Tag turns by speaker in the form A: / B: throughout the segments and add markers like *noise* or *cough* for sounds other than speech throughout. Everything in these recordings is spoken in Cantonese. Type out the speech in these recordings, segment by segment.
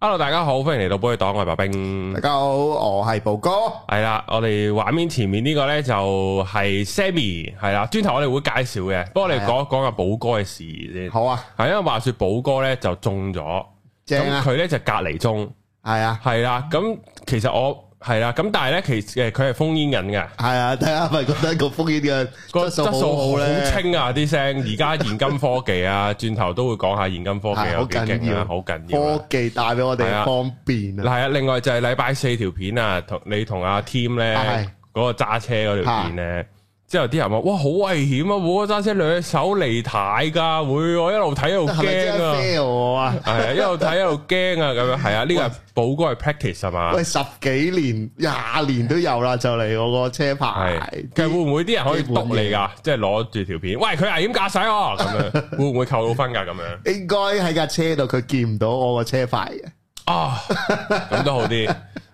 A: Hello，大家好，歡迎嚟到寶藥黨，我係白冰
B: 大。家好，我係寶哥，
A: 係啦，我哋畫面前面呢個呢，就係 Sammy，係啦，轉頭我哋會介紹嘅。不過我哋
B: 係啊
A: 講一講阿寶哥嘅事先。
B: 好啊，
A: 係因為話說寶哥呢就中咗，
B: 正
A: 咁
B: 啊，
A: 佢呢就隔離中，
B: 係啊，
A: 係啦。咁其實我係啦，咁但係呢，其實佢係封煙緊嘅，
B: 係啊，大家咪覺得個封煙嘅
A: 個質
B: 質素
A: 素
B: 好好
A: 好
B: 咧，
A: 清啊啲聲。而家現今科技
B: *laughs*
A: 啊，轉頭都會講下現今科技
B: 係
A: 有
B: 好
A: 幾勁
B: 緊
A: 啊，
B: 要，
A: 好緊要啊
B: 科。技帶俾我
A: 係啊
B: 哋方便
A: 嗱
B: 啊，
A: 係啊，另外就係禮拜四條片啊，同你同阿 Tim
B: 啊
A: 咧
B: 係啊
A: 嗰個揸車嗰條片咧，之後啲人話：哇，好危險啊！我揸車兩隻手離太㗎，會我一路睇一路
B: *laughs* 係咪即
A: 驚
B: 刻
A: 啊！
B: fail 我啊？
A: 係啊，一路睇一路驚啊，咁樣係啊，呢個係寶哥係 practice 係嘛？
B: 喂，十幾年、廿年都有啦，就嚟我個車牌
A: 係，，其實會唔會啲人可以督你
B: 基本
A: 㗎？即係攞住條片，喂，佢危險駕駛喎，咁
B: *laughs*
A: 樣會唔會扣到分㗎？咁樣
B: 應該喺架車度佢見唔到我個車牌嘅，
A: 啊，咁都好啲。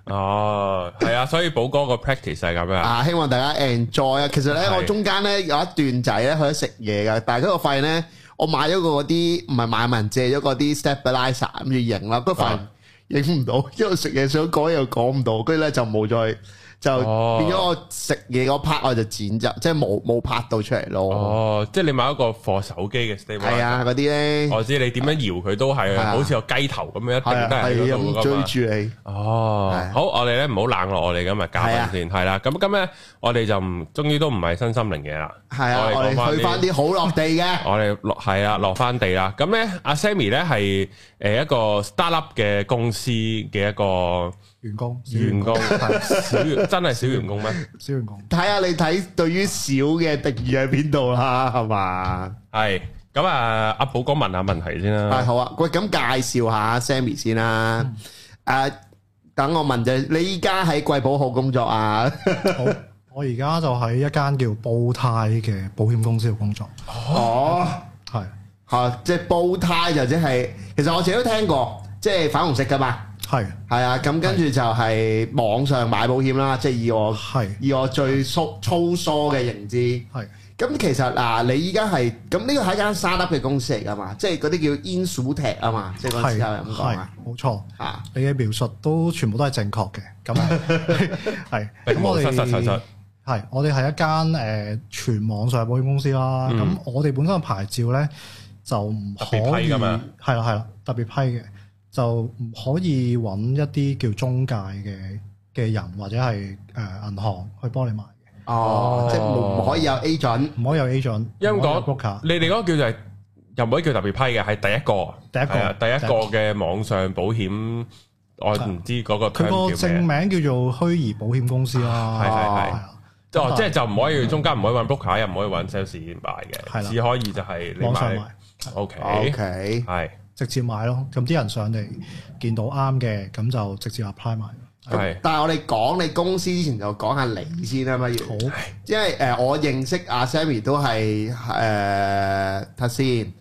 A: 哦，係啊，所以寶哥個 practice 係咁樣啊。
B: 啊，希望大家 enjoy 啊！其實咧，
A: 係
B: 我中間咧有一段仔咧去咗食嘢噶，但係嗰個發現咧，我買咗個嗰啲唔係買文借咗嗰啲 stabilizer 咁要影啦，不過發
A: 啊
B: 現影唔到，因為食嘢想講又講唔到，跟住咧就冇再就
A: 哦
B: 變咗我食嘢嗰 part 我就剪咗，即係冇冇拍到出嚟咯。
A: 哦，即係你買一個貨手機嘅 stable，
B: 係，啊，嗰啲咧
A: 我知你點樣搖佢都係，
B: 係啊
A: 好似個雞頭咁樣，一定
B: 係啊
A: 都係喺嗰
B: 係
A: 度噶
B: 咁
A: 嘛。
B: 追住你，係
A: 哦
B: 啊，
A: 好，我哋咧唔好冷落我哋今日嘉
B: 係
A: 賓
B: 啊
A: 先，係啦。咁今日我哋就唔，終於都唔係身心靈嘢啦。
B: 係啊，我
A: 哦講
B: 哋去翻，啲好落地嘅，
A: 我哋落係啊，落翻地啦。咁咧，阿 Sammy 咧係誒一個 startup 嘅公司嘅一個
B: *laughs*
C: 員工，
A: 員工，小員真係小員工咩？
C: 小
A: *laughs*
C: 員工，
B: 睇下你睇對於少嘅定義喺邊度啦，係嘛？
A: 係咁啊，阿寶哥問下問題先
B: 啊
A: 啦。
B: 好啊，喂，咁介紹下 Sammy 先啦。誒，等我問就，你依家喺貴寶號工作啊？
C: 好，我而家就喺一間叫煲泰嘅保險公司度工作，
B: *laughs* 哦，
C: 係
B: 嚇，即係煲胎就即係，其實我自己都聽過，即係粉紅色噶嘛，
C: 係
B: 係啊。咁跟住就係網上買保險啦，即係以我
C: 係
B: 以我最粗粗疏嘅認知。
C: 係
B: 咁其實啊，你依家係咁呢個係一間 startup 嘅公司嚟噶嘛，即係嗰啲叫 Insurtech 啊嘛，即係嗰陣
C: 係
B: 時有人咁講
C: 係
B: 啊。
C: 冇錯，
B: 啊，
C: 你嘅描述都全部都係正確嘅，咁啊
A: *laughs*
C: 係
A: 咁
C: 咁我
A: 實實實實
C: 哋。係，我哋係一間誒、呃全網上嘅保險公司啦。咁、
A: 嗯
C: 我哋本身嘅牌照咧就唔
A: 特
C: 可以
A: 別批㗎
C: 係
A: 嘛
C: 啦係啦，特別批嘅就唔可以揾一啲叫中介嘅嘅人或者係誒、呃、銀行去幫你買嘅，
B: 哦，即係唔唔可以有 agent。
C: 唔可以有 agent，
A: 因
C: 唔可以有
A: 講
C: broker，
A: 啊你哋嗰個叫做係又唔可以叫特別批嘅，係第一個，
C: 第一個
A: 係啊第一個嘅網上保險，我唔知嗰個
C: 佢
A: term
C: 個
A: 叫
C: 正
A: 咩，
C: 名叫做虛擬保險公司啦。
A: 係係係
C: 係啊
A: 即係
C: 咁
A: 即係就唔可以中間唔可以揾 broker，又唔可以揾 sales 買
C: 係
A: 嘅，
C: 啦
A: 只可以就係你
C: 網上
A: 買
C: 買。
A: O K，
B: 啊 OK。
A: 係
C: 直接買咯，咁啲人上嚟見到啱嘅，咁就直接 apply 埋。
A: 係
B: 但係我哋講你公司之前就講下你先啦，不如，
C: 好，
B: 因為誒、呃我認識阿 Sammy 都係誒睇先，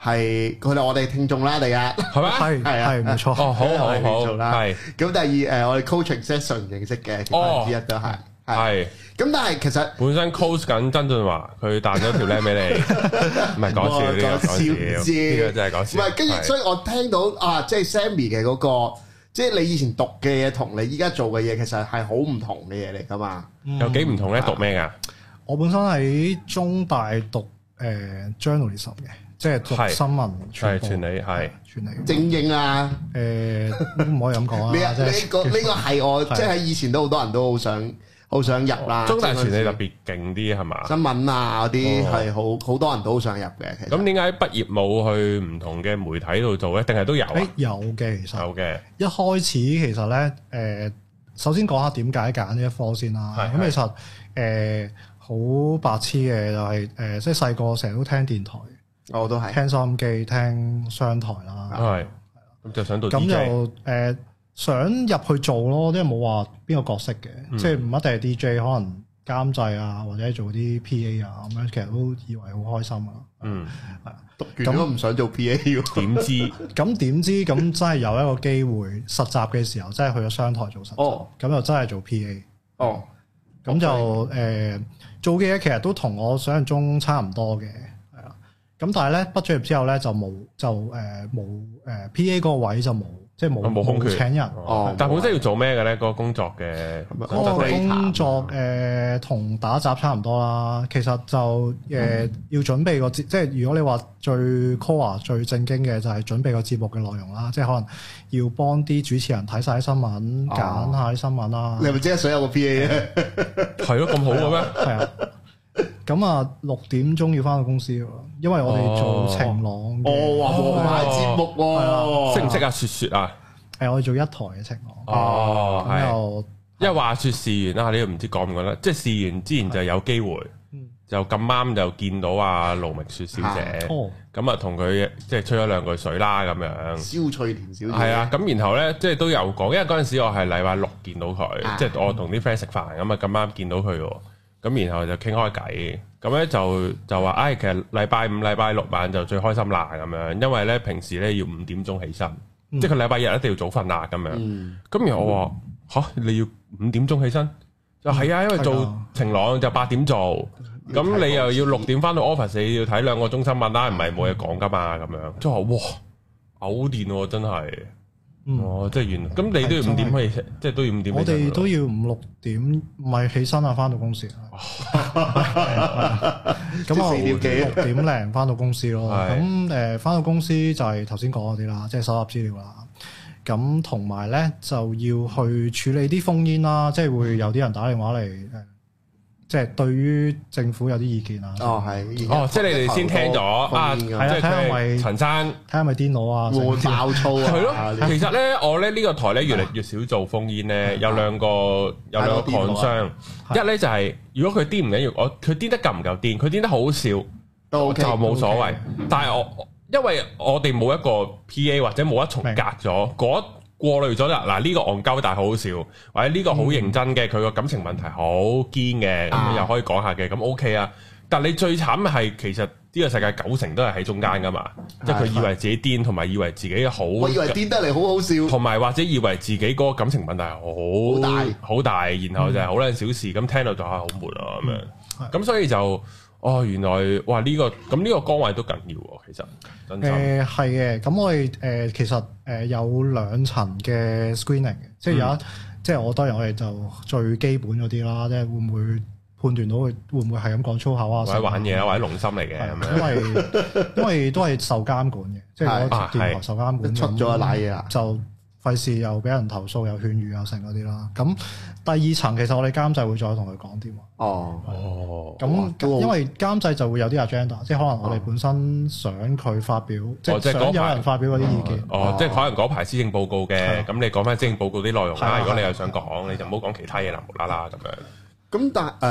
B: 係佢哋我哋聽眾啦，第一， *laughs*
A: 係咪？
C: 係
B: 係啊
C: 係冇錯。
A: 哦，好好好，
B: 我哋做啦
A: 係
B: 咁第二誒、呃我哋 coaching session 認識嘅其中之一都係，哦係，
A: 係
B: 咁但係其實
A: 本身 close 緊曾俊華，佢彈咗條靚俾你，唔係講笑呢
B: 哇
A: 個
B: 講笑
A: 講
B: 唔
A: 笑，呢
B: 知
A: 個真係講
B: 唔
A: 笑。
B: 係跟住，
A: 係
B: 所以我聽到啊，即係 Sammy 嘅嗰、個，即係你以前讀嘅嘢同你依家做嘅嘢其實係好唔同嘅嘢嚟㗎嘛，
A: 有幾唔同咧？讀咩㗎？
C: 我本身喺中大讀誒、journalism 嘅，即係讀
A: 係
C: 新
A: 係
C: 聞傳播
A: 全你係
C: 傳理
B: 精英啊。
C: 誒，都唔可以咁
A: 哦
C: 講
B: 呢
A: 啊
C: 啦，即
B: 啊呢個
C: 係
B: 呢個係我
C: 係
B: 即係以前都好多人都好想好想入啦。
A: 哦中大
B: 即係嗰
A: 全
B: 陣時
A: 你特別勁啲係嘛？
B: 新聞啊嗰啲
A: 哦
B: 係好好多人都好想入嘅。其實
A: 咁點解畢業冇去唔同嘅媒體度做咧？定係都有啊？
C: 誒有嘅，其實
A: 有嘅，
C: 一開始其實咧誒、首先講下點解揀呢一科先啦。
A: 係
C: 咁其實誒好、白痴嘅就係、誒、即係細個成日都聽電台，
B: 我都係
C: 聽收音機，聽商台啦。
A: 係咁就想到
C: 咁
A: DJ
C: 就誒、呃想入去做咯，即係冇話邊個角色嘅，
A: 嗯
C: 即係唔一定係 DJ，可能監製啊，或者做啲 PA 啊咁樣，其實都以為好開心啊噶啦。
A: 嗯，
B: 讀完都唔想做 P A 喎。
A: 點知
C: 咁點知咁真係有一個機會實習嘅時候，真係去咗商台做實習，咁、
B: 哦
C: 就真係做 PA。
B: 哦，
C: 咁就誒、呃做嘅嘢其實都同我想象中差唔多嘅，係呃啦。咁但係咧畢咗業之後咧就冇就誒冇誒 P.A. 嗰個位就冇即係冇
A: 啊冇空缺
C: 冇請人。
B: 哦
A: 但係本身要做咩嘅咧？嗰個工作嘅
B: 咪
C: 嗰個
B: Operator
C: 哦工作誒同打雜差唔多啦，其實就誒要準備個節，即係如果你話最 core 最正經嘅就係準備個節目嘅內容啦，即係可能要幫啲主持人睇晒啲新聞，
B: 哦
C: 揀下啲新聞啦
B: *laughs* 你，係咪即刻想有個 P A 咧？
A: 係咯，咁好嘅咩？
C: 係啊。咁啊，六點鐘要翻到公司喎，因為我哋
A: 哦
C: 做晴朗
B: 哦，
C: 嘅，
B: 哇，
A: 哦
B: 黃牌節目喎，
A: 識唔識啊？雪雪啊？
C: 誒我哋做一台嘅晴朗，
A: 哦，
C: 咁
A: 係。
C: 又
A: 因為話雪試完啦，你都唔知講唔講得，即係試完之前就有機會
C: 嗯，
A: 就咁啱就見到阿盧明雪小姐，
C: 哦
A: 咁啊同佢即係吹咗兩句水啦咁樣。
B: 蕭翠田小姐
A: 係啊，，咁然後咧，即係都有講，因為嗰陣時我係禮拜六見到佢，
B: 啊
A: 即係我同啲 friend 食飯咁啊，咁啱見到佢喎，咁然後就傾開偈，咁咧就就話，唉、其實禮拜五、禮拜六晚就最開心啦咁樣，因為咧平時咧要五點鐘起身，即係佢禮拜日一定要早瞓啦咁樣。
B: 嗯，
A: 咁然後我話吓、你要五點鐘起身，就係啊，因為
C: 係
A: 做
C: 啊
A: 晴朗就八點做，
B: 要睇
A: 咁你又
B: 報紙
A: 要六點翻到 office，你要睇兩個鐘新聞啦，唔係冇嘢講噶嘛咁樣。即係話哇，嘔電喎真係，
C: 嗯。
A: 哦，即係原來咁你都要五點起，即係都要五點
B: 啊
A: 起身㗎。
C: 我哋都要五六點，唔係起身啊，翻到公司。
B: *laughs*
C: 咁啊，
B: 即係四點幾
C: 六點零翻到公司咯。
A: 係
C: 咁誒，翻到公司就係頭先講嗰啲啦，即係搜集資料啦。咁同埋咧就要去處理啲烽煙啦，即係
B: 嗯
C: 會有啲人打電話嚟誒，即係對於政府有啲意見啊，
B: 哦係，
A: 哦，即係你哋先聽咗啊，即
B: 係
C: 啊
A: 係
C: 睇下
A: 佢
C: 咪
A: 係陳生。
C: 睇下係咪癲佬啊，
B: 會唔會爆粗啊？
A: 係
B: 你
A: 咯，其實咧，我咧呢個台咧越嚟越少做封煙咧，有兩個有兩個
B: 係咯
A: concern，一咧就係如果佢癲唔緊要，我佢癲得夠唔夠癲，佢癲得好笑
B: 都
A: 就
B: OK，
A: 冇所謂
C: OK。
A: 但係我因為我哋冇一個 P.A. 或者冇一重隔
C: 明
B: 嗯
A: 咗，嗰過濾咗啦。嗱呢個戇鳩但係好好笑，或者呢個好認真嘅，佢個感情問題好堅嘅，咁
B: 嗯啊
A: 樣又可以講下嘅，咁 O.K. 啊。但你最慘係其實呢個世界九成都係喺中間噶嘛，即係佢以為自己癲，同埋以為自己好。
B: 我以為癲得嚟好好
A: *laughs*
B: 笑，
A: 同埋或者以為自己嗰個感情問題好
B: 好大
A: 好大，然
C: 嗯
A: 後就係好撚小事，咁聽到就係好悶啊咁樣。
C: 係
A: 咁所以就哦，原來哇呢個咁呢個崗位都緊要喎，其實真心
C: 誒係嘅，咁我哋誒、其實誒、有兩層嘅 screening 嘅，即係
A: 嗯
C: 有一、即係我當然我哋就最基本嗰啲啦，即係會唔會判斷到佢會唔會係咁講粗口啊，
A: 或者玩嘢啊，
C: 成
A: 或者龍心嚟嘅
C: 啊
A: 咁
C: 係
A: 樣。
C: 因
A: *laughs*
C: 為因為都係受監管嘅，即係我
A: 係
C: 電台受監管
B: 出咗啊
C: 咁
B: 賴嘢啦，
C: 就費事又俾人投訴又勸喻又成嗰啲啦。咁第二層其實我哋監製會再同佢講啲嘛。
B: 哦，
A: 哦，
B: 哇都好
C: 咁因為監製就會有啲 agenda，即係可能我哋本身想佢發表，即
A: 即係
C: 係
A: 嗰
C: 想有
A: 排
C: 人發表嗰啲意見。
A: 哦，即係可能嗰排施政報告嘅，
C: 係啊
A: 咁你講翻施政報告啲內容
C: 係
A: 啦。
C: 啊
A: 如果你又想講，你就唔好講其他嘢啦，無啦啦咁樣。
B: 咁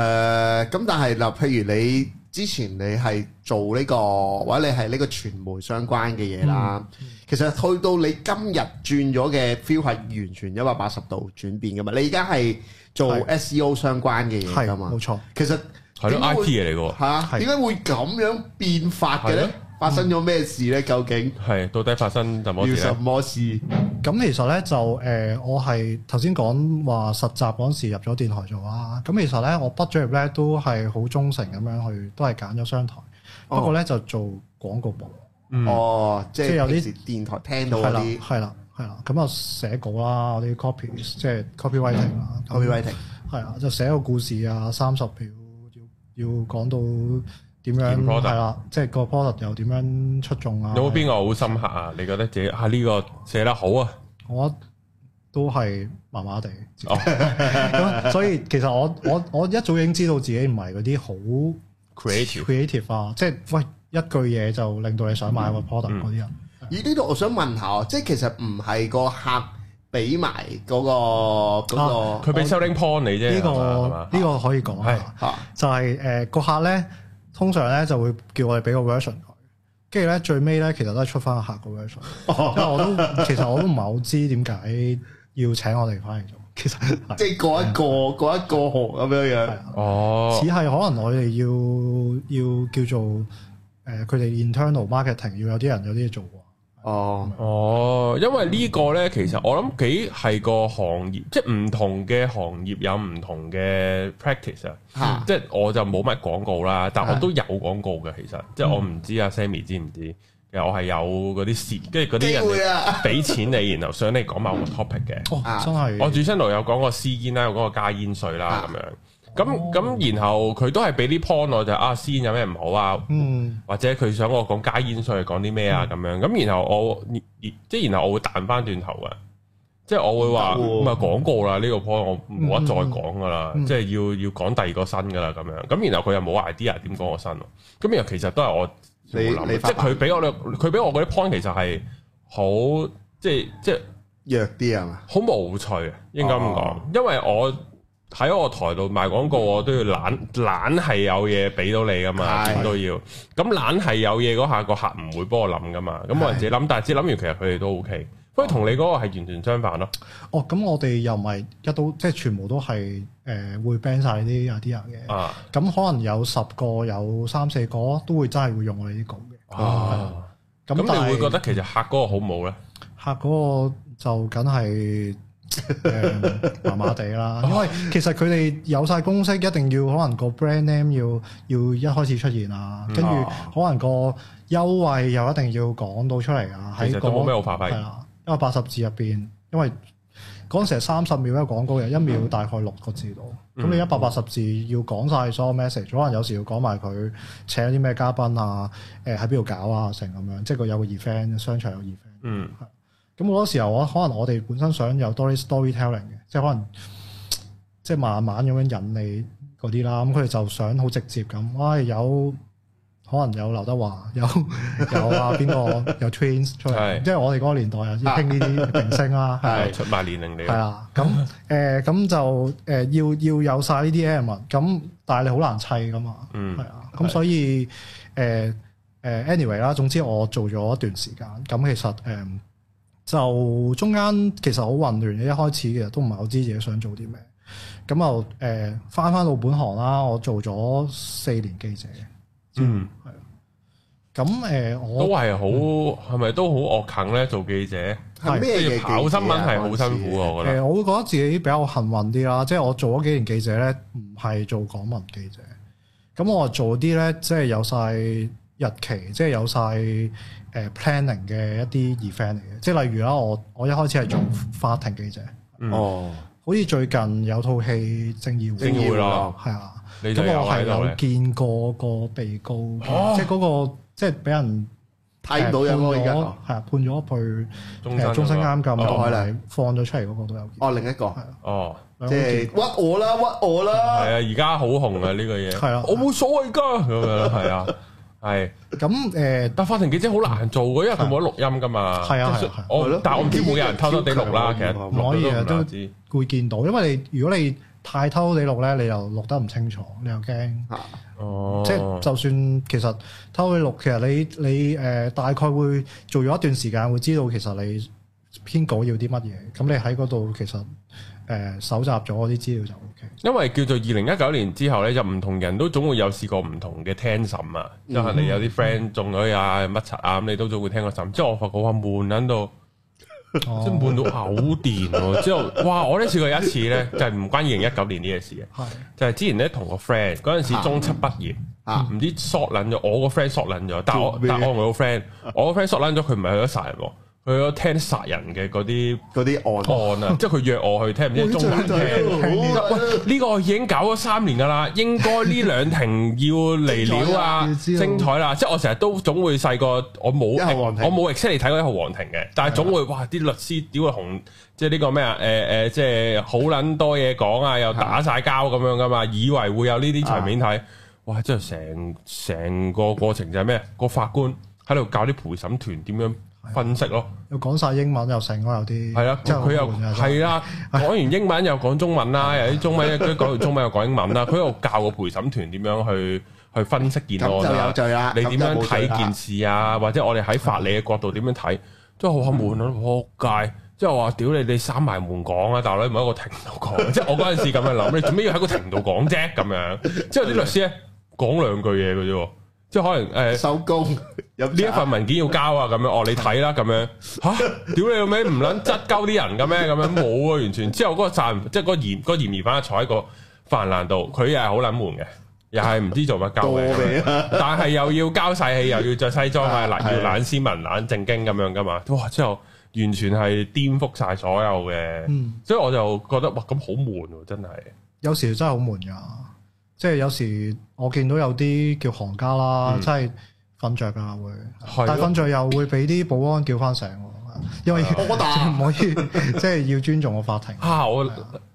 B: 但誒，咁但係嗱，譬如你之前你係做呢個，或者你係呢個傳媒相關嘅嘢啦，
C: 嗯
B: 其實去到你今日轉咗嘅 feel 係完全一百八十度轉變噶嘛，你而家係做
C: 係
B: SEO 相關嘅嘢
C: 係
B: 噶嘛
C: 冇，錯。
B: 其實
A: 係
B: 點解
A: 咯，I
B: 會
A: T 嘢嚟嘅
B: 嚇
C: 係
B: 點解會咁樣變法嘅
A: 係
B: 咧
A: 咯？
B: 發生咗咩事咧？究竟
A: 喎，係到底發生什麼
B: 要
A: 事
B: 什
A: 咧？
B: 麼事？
C: 咁其實咧就誒、呃我係頭先講話實習嗰陣時入咗電台做啦。咁其實咧，我畢咗業咧都係好忠誠咁樣去，都係揀咗商台。不過咧就做廣告部，
A: 嗯
B: 哦，即
C: 即係
B: 係
C: 有
B: 平
C: 啲
B: 時電台聽到
C: 係
B: 嗰
C: 啦，
B: 啲
C: 係啦，係啦。咁啊寫稿啦，我啲 copy 即係 copywriting 啦
B: copywriting，
C: 係啊，就寫個故事啊，三十秒要要講到點
A: 件
C: 樣
A: product
C: 係啦，即係個 product 又點樣出眾啊？
A: 有冇邊個好深刻啊？你覺得自己啊呢個寫得好啊？
C: 我都係麻麻地，
A: 哦
C: *laughs* 咁所以其實我我我一早已經知道自己唔係嗰啲好
A: ，creative。
C: creative 啊，即係喂一句嘢就令到你想
A: 嗯
C: 買個 product 嗰啲人。
B: 咦？呢度我想問下，即係其實唔係個客俾埋嗰個嗰
A: 佢俾 selling point 你啫，
C: 呢
A: 係嘛
C: 個呢個可以講
A: 係
C: 下，
B: 個嚇
C: 就係誒個客咧，通常咧就會叫我哋俾個 version 佢，跟住咧最尾咧其實都係出翻個客個 version，因為我都其實我都唔係好知點解要請我哋翻嚟做，其實係
B: 即係嗰一個嗰一個咁樣
C: 係
B: 樣。
C: 啊
A: 哦
C: 只，係可能我哋要要叫做誒，呃佢、哋 internal marketing 要有啲人有啲嘢做過。
B: 哦，
A: 哦，因為呢個呢，其實我諗幾係個行業，即係唔同嘅行業有唔同嘅 practice 啊。
B: 嚇
A: 即係我就冇乜廣告啦，但我
C: 係
A: 都有廣告嘅，其實即係我唔知阿啊 Sammy 知唔知？其實我係有嗰啲事，跟住嗰啲
B: 機
A: 人
B: 會
A: 哋
B: 啊，
A: 俾錢你，然後想你講某個 topic
B: *laughs*
A: 嘅。
C: 哦
B: 啊，
C: 真係，
A: 我主新路有講過私煙啦，有講過加煙税啦
B: 啊
A: 咁樣。咁咁然後佢都係俾啲 point 我就啊私煙有咩唔好啊，
C: 嗯，
A: 或者佢想我講加煙税講啲咩啊咁樣。咁然後我即係然後我會彈翻轉頭嘅，即係我會話
B: 唔得喎
A: 唔係講過啦呢個 point 我冇得再
C: 嗯
A: 講噶啦，
C: 嗯
A: 即係要要講第二個新噶啦咁樣。咁然後佢又冇 idea 點講個新喎。咁然後其實都係我
B: 你
A: 冇諗
B: 你
A: 即係
B: 發
A: 佢俾我佢俾我嗰啲 point 其實係好即係即係。
B: 弱啲係嘛？
A: 好無趣啊，應該咁講，
B: 哦
A: 因為我喺我台度賣廣告，
C: 嗯
A: 我都要懶懶係有嘢俾到你噶嘛，
B: 係
A: 點都要。咁懶係有嘢嗰下，個客唔會幫我諗噶嘛，咁我自己諗，但係自己諗完其實佢哋都 OK，不過同你嗰個係完全相反咯。
C: 哦，咁我哋又唔係一刀，即係全部都係誒會 ban 晒呢啲 idea 嘅，
A: 啊
C: 咁可能有十個有三四個都會真係會用我哋啲稿嘅，
A: 啊，咁
C: 咁但
A: 你會覺
C: 係
A: 得其實客嗰個好唔好咧？
C: 客嗰個就
A: *laughs*
C: 梗係。誒麻麻地啦，啊
A: 哦
C: 因為其實佢哋有晒公式，一定要可能個 brand name 要要一開始出現啊，跟住
A: 啊
C: 可能個優惠又一定要講到出嚟啊，喺
A: 其實都冇咩
C: 嗰
A: 好發
C: 係
A: 揮。
C: 啦，因為八十字入邊，因為嗰陣時係三十秒一個廣告嘅，一秒大概六個字度。咁、
A: 嗯
C: 你一百八十字要講晒所有 message，可能有時要講埋佢請啲咩嘉賓啊，誒喺邊度搞啊，成咁樣，即係佢有個 event 商場有 event。
A: 嗯
C: 咁好多時候我可能我哋本身想有多啲 storytelling 嘅，即係可能即係慢慢咁樣引你嗰啲啦。咁佢哋就想好直接咁，哇、有可能有劉德華， *laughs* 有有啊邊個有 twins 出
A: 係
C: 嚟，即係我哋嗰個年代啊，要傾呢啲明星啦， *laughs* 係
A: 係出賣年齡
C: 係
A: 你。
C: 啊。咁誒咁就誒要要有晒呢啲 element，咁但係你好難砌噶嘛。
A: 嗯
C: 係啊，咁所以誒誒，anyway 啦，總之我做咗一段時間，咁其實誒、呃就中間其實好混亂嘅，一開始其實都唔係好知自己想做啲咩，咁又誒翻翻到本行啦，我做咗四年記者，
A: 嗯，
C: 咁誒、
A: 都
C: 我嗯
A: 係好係咪都好惡啃咧？做記者
B: 係咩
A: 即
B: 嘢
A: 係跑新聞係好辛苦
B: 啊！
A: 啊，我
C: 誒、
A: 覺得。
C: 我會覺得自己比較幸運啲啦，即係我做咗幾年記者咧，唔係做港聞記者，咁我做啲咧即係有晒日期，即係有晒誒 planning 嘅一啲 event 嚟嘅，即係例如啦，我我一開始係做法庭記者，
A: 嗯
B: 哦，
C: 好似最近有套戲《正義
A: 正
C: 回
A: 義
C: 廊
A: 會咯，
C: 係啊。
A: 你就
C: 咁
A: 有
C: 我係
A: 喺度
C: 有
A: 咧。
C: 見過個被告嘅，
A: 哦
C: 即係嗰個即係俾人
B: 睇唔到有冇而
C: 判咗
B: 家？
C: 係啊判咗佢
A: 中
C: 誒啊終身監禁，
A: 哦
C: 同
B: 係啦
C: 埋放咗出嚟嗰個都有見
B: 哦，另一個
A: 哦，
C: 兩
B: 即
C: 個
B: 係
C: 見，
B: 屈我啦，屈我
A: 係
B: 啦，
A: 啊，而家好紅啊呢個嘢，
C: 係啊
A: 我冇所謂噶咁樣，係啊，係。
C: 咁呃誒
A: 但法庭記者好難做嘅，因為佢冇得錄音噶嘛。
C: 係啊
A: 即
C: 係啊係啊
B: 係
A: 我
B: 咯
A: 但我唔知會有人偷偷地錄啦，
B: 記
A: 其實
B: 憶力超強
A: 錄
C: 唔可以啊
A: 得都唔
C: 都
A: 難知。
C: 會見到，因為你如果你太偷地錄咧，你又錄得唔清楚，你又驚。
B: 啊
A: 哦，
C: 即係就算其實偷去錄，其實你你誒、呃大概會做咗一段時間，會知道其實你編稿要啲乜嘢。咁你喺嗰度其實誒、呃、搜集咗嗰啲資料就 OK。
A: *laughs* 因為叫做二零一九年之後咧，就唔同人都總會有試過唔同嘅聽審啊，即
C: 嗯
A: 係可能你有啲 friend 中咗啊乜柒啊，咁你都總會聽個審。之後我發覺哇悶撚到，
C: 哦
A: 即係悶到嘔電喎。之
C: *laughs*
A: 後哇，我咧試過有一次咧，就係唔關二零一九年呢嘢事嘅。
C: 係
A: 就係之前咧同個 friend 嗰陣時中七畢業，
B: 啊
A: 唔知 short 撚咗，我個 friend short 撚咗，但係
B: 做
A: 我
B: 咩
A: 但係我唔係個 friend，我個 friend short 撚咗，佢唔係去咗殺人喎，佢去咗聽殺人嘅嗰啲
B: 嗰啲案。 *laughs*
A: 案啊，即係佢約我去聽，唔知中環嘅。
C: 哦
A: 呢個已經搞咗三年噶啦，應該呢兩庭要嚟料啊，
C: 精彩啦要知道
A: 精彩啦！即係我成日都總會細個，我冇
B: 一號皇庭
A: 我冇 exactly 睇過一號皇庭嘅，但係總會哇啲律師屌佢紅，即係呢個咩啊？誒誒，即係好撚多嘢講啊，又打晒交咁樣噶嘛，以為會有呢啲場面睇，哇！真係成成個過程就係咩？啊個法官喺度教啲陪審團點樣分析咯。
C: *laughs* 又講晒英文又成咯，有啲
A: 係啦，
C: 真係好
A: 佢又
C: 悶啊真係
A: 係
B: *laughs*
A: 啦，講完英文又講中文啦，有啲中文又講完中文又講英文啦，佢又教個陪審團點樣去去分析件
B: 咁就
A: 案
B: 有
A: 啊，
B: 罪啦，
A: 你點
B: 咁
A: 樣
B: 就冇罪
A: 睇
B: 啦
A: 件事啊，或者我哋喺法理嘅角度點樣睇，真係好悶
B: 嗯
A: 咯，仆街！即係我話屌你，你閂埋門講啊，大佬你唔喺個庭度講，啊即係我嗰陣時咁樣諗，你做咩要喺個庭度講啫？咁樣，之後啲律師咧講兩句嘢嘅啫喎，即係可能誒。呃
B: 收工？有
A: 呢一份文件要交啊，咁樣哦，你睇啦，咁樣
B: *laughs*
A: 吓，屌你老味，唔撚質鳩啲人嘅咩？咁樣冇啊，完全。之後嗰個站，即係嗰個嫌嗰個嫌疑犯坐喺個犯欄度，佢又係好撚悶嘅，又係唔知做乜鳩
B: 多
A: 嘅咁樣
B: 你啊！
A: 但係又要交晒氣，又要着西裝啊，
B: 係
A: 嗱，要懶斯文、懶正經咁樣噶嘛。哇！之後完全係顛覆晒所有嘅，
C: 嗯，
A: 所以我就覺得哇，咁好悶喎，真係。
C: 有時真係好悶㗎，即係有時我見到有啲叫行家啦，
A: 嗯
C: 真係瞓着㗎會，
A: 係咯
C: 但係瞓着又會俾啲保安叫翻醒喎，因為
B: 我
C: *laughs* 即係唔可以，
A: *laughs*
C: 即係要尊重個法庭。
A: 啊！我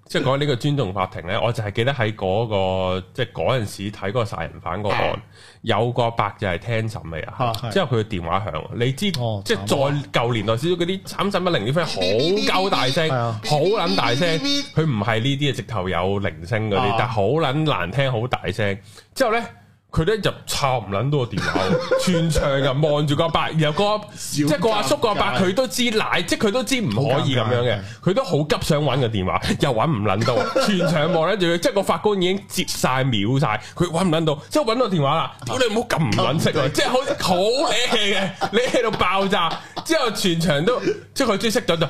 A: 即係講呢個尊重法庭咧，我就係記得喺嗰、個即係嗰陣時睇嗰個殺人犯個案，有個伯就係聽審嚟啊，
C: 係
A: 之後佢嘅電話響，你知、
C: 哦
A: 即係再舊年代少少嗰啲慘審不靈啲
C: *laughs*
A: friend 好鳩大聲，
C: 係啊
A: 好撚大聲，佢唔係呢啲啊，直頭有鈴聲嗰啲
C: 啊，
A: 但係好撚難聽，好大聲。之後咧。佢咧就插唔撚到個電話
C: *laughs*
A: 喎，全場人望住個阿伯，然後個即係個阿叔個阿伯，佢都知奶，即係佢都知唔可以咁樣嘅，佢都好急想揾個電話，又揾唔撚到，全場望撚住佢，即係個法官已經接晒秒晒，佢揾唔撚到，之後揾到電話啦，屌你唔好咁唔撚識啊！即係好好你氣嘅， *laughs* 你氣到爆炸，之後全場都即係佢終於識咗就。咁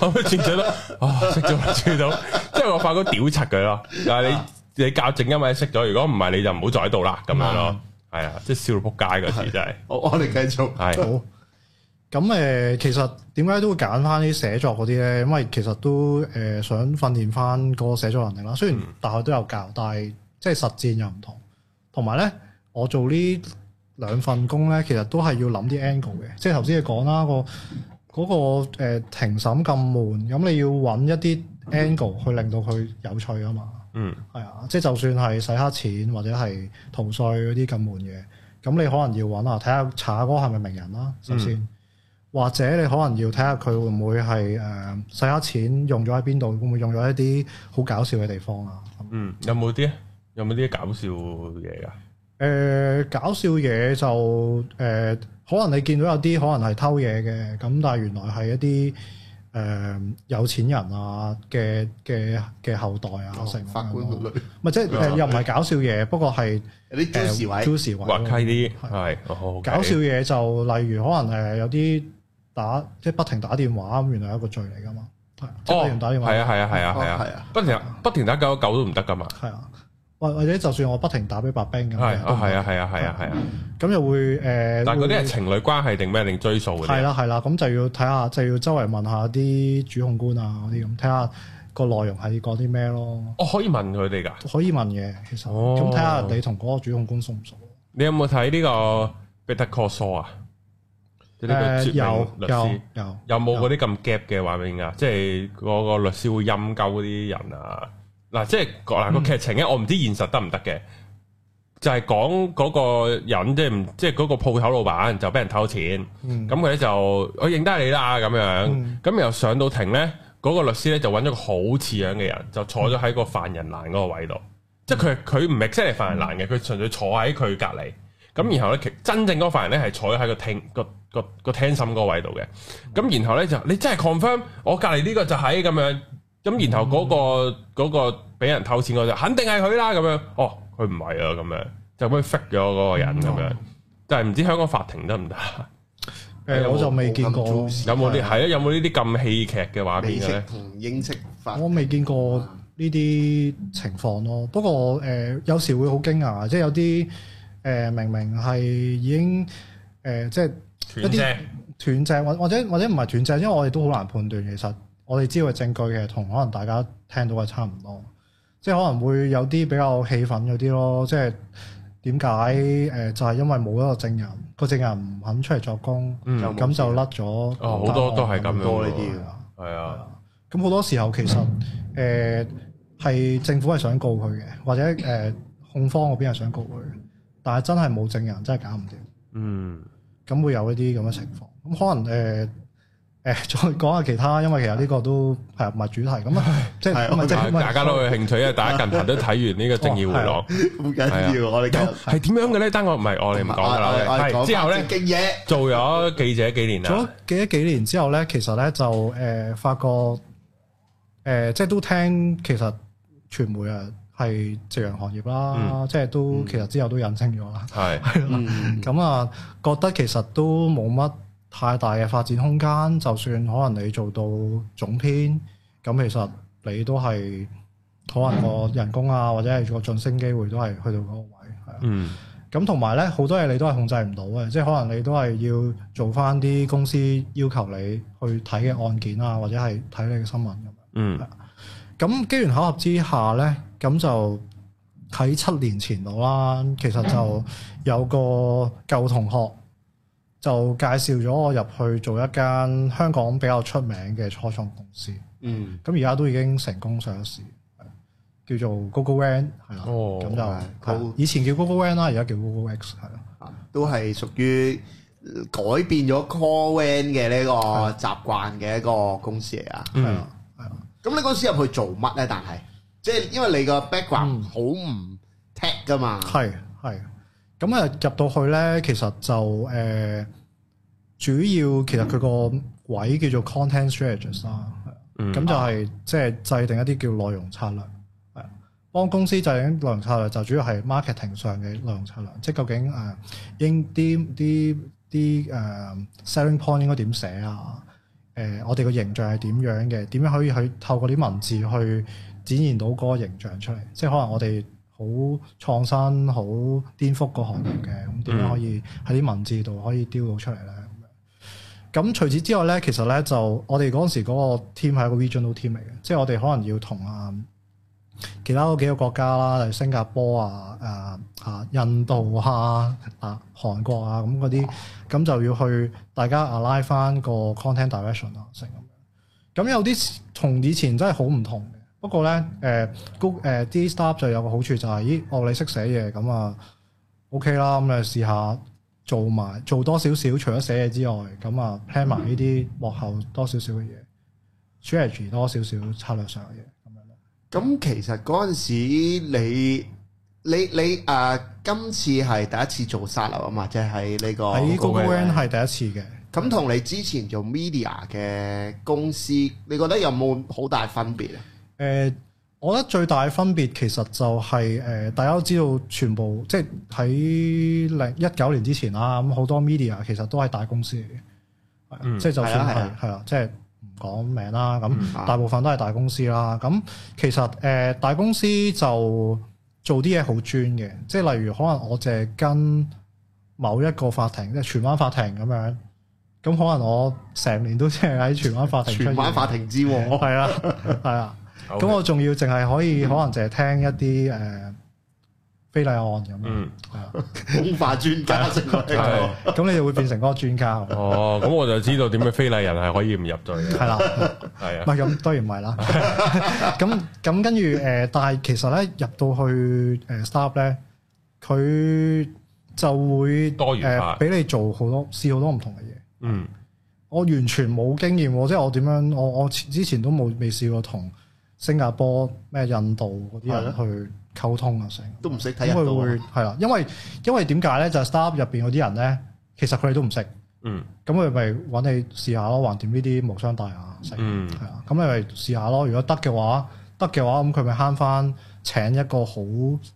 A: 佢轉咗啦，啊識咗 *laughs* 啦，轉到，即係我發覺屌柒佢咯。但係你你教正音咪識咗，如果唔係你就唔好再喺度啦，咁樣咯。係啊，即係笑到仆街嗰時真係，
B: 我我哋繼續。
A: 係
C: 好。咁誒、呃其實點解都會揀翻啲寫作嗰啲咧？因為其實都誒、呃想訓練翻個寫作能力啦。雖然大學都有教，但係即係實踐又唔同。同埋咧，我做呢兩份工咧，其實都係要諗啲 angle 嘅。即係頭先你講啦，個嗰、個、呃、庭審咁悶，咁你要揾一啲 angle 去令到佢有趣啊嘛。
A: 嗯
C: 係啊，即係就算係洗黑錢或者係逃税嗰啲咁悶嘅，咁你可能要揾啊，睇下查嗰個係咪名人啦，
B: 嗯
C: 首先，或者你可能要睇下佢會唔會係誒、呃洗黑錢用咗喺邊度，會唔會用咗一啲好搞笑嘅地方啊？咁
A: 嗯，有冇啲有冇啲搞笑嘢噶？
C: 誒、呃搞笑嘢就誒、可能你見到有啲可能係偷嘢嘅，咁但係原來係一啲誒、呃有錢人啊嘅嘅嘅後代啊，成咁樣
B: 哦法官啊
C: 咯
B: 好女，
C: 咪即係誒又唔係搞笑嘢，不過係
B: 有啲 juicy 位
C: j u i 呃位
A: 滑
C: 咯
A: 稽啲
C: 係
A: 係，哦，OK
C: 搞笑嘢就例如可能誒有啲打即係不停打電話咁，原來係一個罪嚟噶嘛，係啊即係不停打電
A: 哦，
C: 話，
A: 係啊係啊係啊係
B: 哦
A: 啊，
B: 係啊，
A: 不停不停打九九九都唔得噶嘛，
C: 係啊，或或者就算我不停打俾白冰咁，
A: 係啊
C: 都唔得
A: 係啊係啊係啊係啊，
C: 咁又會誒，
A: 但係嗰啲係
C: 會
A: 情侶關係定咩定追數嗰
C: 係
A: 啲啊？
C: 啦係啦，咁就要睇下，就要周圍問下啲主控官啊嗰啲咁，睇下個內容係講啲咩咯，
A: 我哦可以問佢哋㗎。
C: 可以問嘅其實，
A: 哦
C: 咁睇下你同嗰個主控官熟唔熟咯。
A: 你有冇睇呢個 Better Call Saul 啊？即係呢個絕
C: 誒呃有
A: 命律
C: 有
A: 師
C: 有
A: 有冇嗰啲咁 gap 嘅畫面㗎？即係嗰個律師會陰鳩嗰啲人啊！嗱，即係嗱個
C: 嗯
A: 劇情咧，我唔知現實得唔得嘅，就係講嗰個人即係唔即係嗰個鋪頭老闆就俾人偷錢，
C: 嗯
A: 咁佢咧就我認得你啦咁樣
C: 嗯，
A: 咁然後上到庭咧，嗰個律師咧就揾咗個好似樣嘅人，就坐咗喺個犯人欄嗰個位度，即
C: 嗯
A: 係佢佢唔 e x a 犯人欄嘅，佢純粹坐喺佢隔離。咁然後咧，其真正嗰個犯人咧係坐喺個聽個個個聽審嗰個位度嘅。咁然後咧就你真係 confirm 我隔離呢個就係咁樣。咁然後嗰、個嗰、個俾人偷錢嗰就肯定係佢啦咁樣。哦，佢唔係啊咁樣，就咁樣 fake 咗嗰個人咁樣。但係唔知香港法庭得唔得？
C: 誒，呃我就未見過
B: 冇咁 juicy
A: 有冇呢？係啊，有冇呢啲咁戲劇嘅畫
B: 美
A: 面嘅
B: 式
A: 咧？
B: 同英式法 *laughs*
C: 我未見過呢啲情況咯。不過誒、呃有時會好驚訝，即係有啲誒、呃明明係已經誒、呃即係一
A: 斷
C: 啲
A: 正
C: 斷正，或或者或者唔係斷正，因為我哋都好難判斷。其實我哋知道嘅證據嘅同可能大家聽到嘅差唔多，即係可能會有啲比較氣憤嗰啲咯，即係。點解誒就係、因為冇一個證人，個證人唔肯出嚟作供，
A: 嗯
C: 咁、就甩咗。哦，
A: 哦，好多都係咁樣
B: 多呢
A: 喎
B: 啲
A: 係啊，
C: 咁好多時候其實誒係、政府係想告佢嘅，或者誒、呃控方嗰邊係想告佢，但係真係冇證人，真係搞唔掂，
A: 嗯，
C: 咁會有一啲咁嘅情況。咁可能誒誒、呃 *laughs* 再講下其他，因為其實呢個都係唔係主題咁啊，即係唔係即係唔係
A: 大家都有興趣，因啊為大家近排都睇完呢個《正義回廊》，
B: 咁緊要，我哋繼續
A: 係點樣嘅咧？單我唔係我哋唔講噶
B: 啊我哋我
A: 啦，
B: 哋
A: 係
B: 講
A: 之後
B: 翻
A: 咧
B: 正
A: *laughs*
B: 經嘢，
A: 做咗記者幾年
C: 做咗
A: 啦，
C: 幾幾年之後咧，其實咧就誒、呃、發覺誒、呃即係都聽其實傳媒啊係夕陽行業啦，
A: 嗯
C: 即係都其實之後都引證咗啦。
A: 係
B: 嗯
C: 咁啊，覺得其實都冇乜太大嘅發展空間。就算可能你做到總編，咁其實你都係可能個人工啊，或者係個晉升機會都係去到嗰個位，係啊。
A: 嗯
C: 咁同埋咧，好多嘢你都係控制唔到嘅，即係可能你都係要做翻啲公司要求你去睇嘅案件啊，或者係睇你嘅新聞咁樣。
A: 嗯
C: 咁機緣巧合之下咧，咁就喺七年前度啦，其實就有個舊同學就介紹咗我入去做一間香港比較出名嘅初創公司，
B: 嗯，
C: 咁而家都已經成功上市，係叫做 Google Van 係啦，
A: 哦
C: 咁
B: 係
C: 就係
B: 好
C: 以前叫 Google Van 啦，而家叫 Google X 係啦。
B: 都係屬於改變咗 call van 嘅呢個習慣嘅一個公司嚟啊。
C: 係啊
A: 嗯，
C: 係啊，
B: 咁你嗰時入去做乜咧？但係即係因為你個 background
C: 嗯
B: 好唔 tech 噶嘛，
C: 係係。咁啊入到去咧，其實就誒、呃主要其實佢個位叫做 content strategist 啦，
A: 嗯
C: 咁、就係即係制定一啲叫內容策略，係啊幫公司制定內容策略就主要係 marketing 上嘅內容策略，即係究竟誒應啲啲啲誒 selling point 應該點寫啊？誒、我哋個形象係點樣嘅？點樣可以去透過啲文字去展現到嗰個形象出嚟？即係可能我哋好創新、好顛覆個行業嘅，咁點樣可以喺啲文字度可以雕到出嚟咧？咁樣咁除此之外咧，其實咧就我哋嗰陣時嗰個 team 係一個 regional team 嚟嘅，即係我哋可能要同啊其他嗰幾個國家啦，例如新加坡啊、啊啊印度啊、啊韓國啊咁嗰啲，咁就要去大家 align 翻個 content direction 啊，成咁樣。咁有啲同以前真係好唔同嘅，不過咧誒高誒啲 staff 就有個好處就係、咦哦你識寫嘢咁啊 OK 啦，咁啊你試下做埋做多少少，除咗寫嘢之外，咁啊 plan 埋呢啲幕後多少少嘅嘢，strategy 多少少策略上嘅嘢咁樣咯。
B: 咁其實嗰陣時你你你誒、啊今次係第一次做沙律啊嘛，即係喺呢個
C: 喺 Google
A: Google
C: 哦 N 係第一次嘅。
B: 咁同你之前做 media 嘅公司，你覺得有冇好大分別啊？
C: 誒、我覺得最大分別其實就係、誒、大家都知道全部即係喺零一九年之前啦，咁好多 media 其實都係大公司嚟嘅，係啊
A: 嗯
C: 即係就算
B: 係啊
C: 係係啦，即係唔講名啦，
B: 嗯
C: 咁大部分都係大公司啦。咁其實誒、大公司就做啲嘢好專嘅，即係例如可能我淨係跟某一個法庭，即係荃灣法庭咁樣，咁可能我成年都即係喺荃灣法庭出
B: 全
C: 現
B: 玩法庭之王，
C: 我係啦，係啊。咁我仲要淨係可
A: 嗯
C: 以可能淨係聽一啲誒、呃、非禮案咁樣，
A: 嗯
C: 係啊
B: 風化專家成
C: *laughs*
B: 個聽
A: 係
B: 到
C: 咁你就會變成嗰個專家，
A: 嗯 *laughs* 哦，咁我就知道點樣非禮人係可以唔入罪嘅，
C: 係啦，
A: 係
C: 唔
A: 啊，
C: 係咁當然唔
A: *laughs*
C: 係啦。咁咁跟住誒，但係其實咧入到去誒 staff 咧，佢就會
A: 多元化
C: 誒俾、你做好多試好多唔同嘅嘢。
A: 嗯
C: 我完全冇經驗喎，即係我點樣，我我之前都冇未試過同新加坡、咩印度嗰
A: 啊
C: 啲人去溝通啊，成
B: 都唔識睇
C: 咁
B: 入
C: 佢
B: 到
C: 會
B: 啊。
C: 係啦，因為因為點解咧？就係 startup 入邊嗰啲人咧，其實佢哋都唔識，
A: 嗯
C: 咁佢咪揾你試下咯，橫掂呢啲無傷大雅，識
A: 嗯
C: 係啊，咁你咪試下咯。如果得嘅話，得嘅話，咁佢咪慳翻請一個好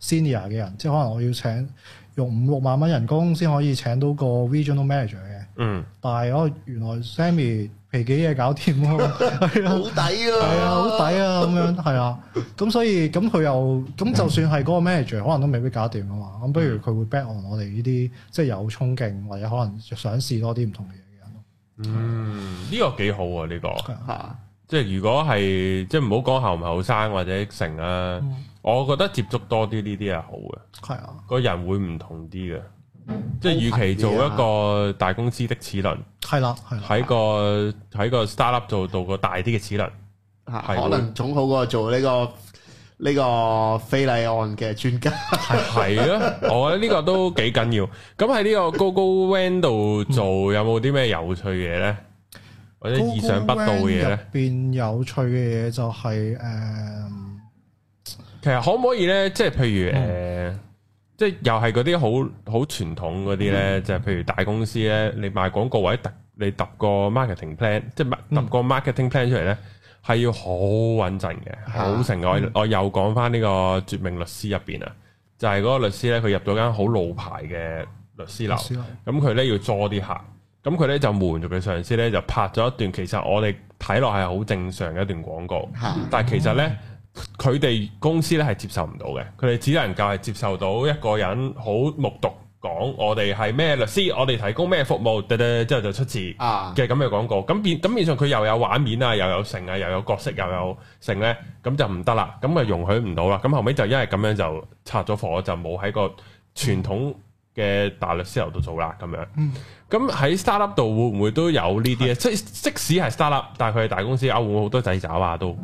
C: senior 嘅人，即係可能我要請用五六萬蚊人工先可以請到個 regional manager 嘅，
A: 嗯，
C: 但係我原來 Sammy 皮幾嘢搞掂咯，係
B: 好
C: 啦。
B: 抵
C: 係
B: 啊！
C: 啊，好抵啊，咁樣係啊，咁所以咁佢又咁就算係嗰個 manager，可能都未必搞掂啊嘛。咁不如佢會 back on 我哋呢啲即係有衝勁或者可能想試多啲唔同嘅嘢嘅人咯。
A: 嗯，呢個幾好啊！呢個
B: 嚇！
A: 即係如果係即係唔好講後唔後生或者成啊，我覺得接觸多啲呢啲係好嘅，
C: 係啊，
A: 個人會唔同啲嘅。即係與其做一個大公司的齒輪，
C: 係啦，係啦，
A: 喺個喺個 startup 做到個大啲嘅齒輪，
B: 嚇
A: 係
B: 可能總好過做呢個呢個非禮案嘅專家。
A: 係啊，我覺得呢個都幾緊要。咁喺呢個 Google Van 度做，有冇啲咩有趣嘢呢？或者意想不到嘅嘢
C: Google Van 入
A: 呢？
C: 邊有趣嘅嘢就係誒
A: 其實可唔可以呢？即係譬如誒、呃即係又係嗰啲好好傳統嗰啲呢，就係譬如大公司呢，你賣廣告或者揼你揼個 marketing plan，即係揼個 marketing plan 出嚟呢，係要好穩陣嘅，好成嘅。我我又講翻呢個絕命律師入邊啊，就係嗰個律師呢，佢入咗間好老牌嘅律師樓。
C: 律師樓
A: 咁佢咧要捉啲客，咁佢咧就瞞住佢上司咧就拍咗一段，其實我哋睇落係好正常嘅一段廣告，
B: 嚇！
A: 但係其實咧佢哋公司咧係接受唔到嘅，佢哋只能夠係接受到一個人好目讀講我哋係咩律師，我哋提供咩服務，噠噠之後就出字
B: 啊
A: 嘅咁嘅廣告。咁變咁變相佢又有畫面啊，又有成啊，又有角色，又有成咧，咁就唔得啦，咁啊容許唔到啦。咁後尾就因為咁樣就拆咗火，就冇喺個傳統嘅大律師樓度做啦，咁樣。咁喺 startup 度會唔會都有呢啲咧？即即使係 startup，但係佢係大公司啊，會唔會好多掣肘啊？都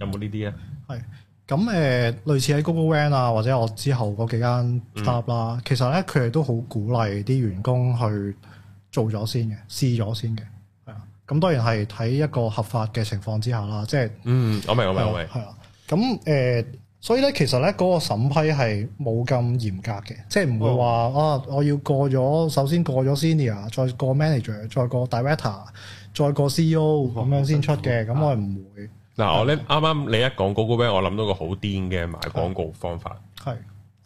A: 有冇呢啲咧？
C: 係咁誒、呃，類似喺 Google Van 啊，或者我之後嗰幾
A: 嗯
C: 間 startup 啦，其實咧佢哋都好鼓勵啲員工去做咗先嘅，試咗先嘅，係啊。咁當然係睇一個合法嘅情況之下啦，即係
A: 嗯，我明我明我明，
C: 係啊。咁誒、呃所以咧其實咧嗰、個審批係冇咁嚴格嘅，即係唔
A: 哦
C: 會話、啊，我要過咗首先過咗 senior，再過 manager，再過 director，再過 CEO 咁樣先出嘅，
A: 哦
C: 咁我係唔會
A: 嗱，我咧啱啱你一講 Google Bank，我諗到個好癲嘅賣廣告方法，
C: 係。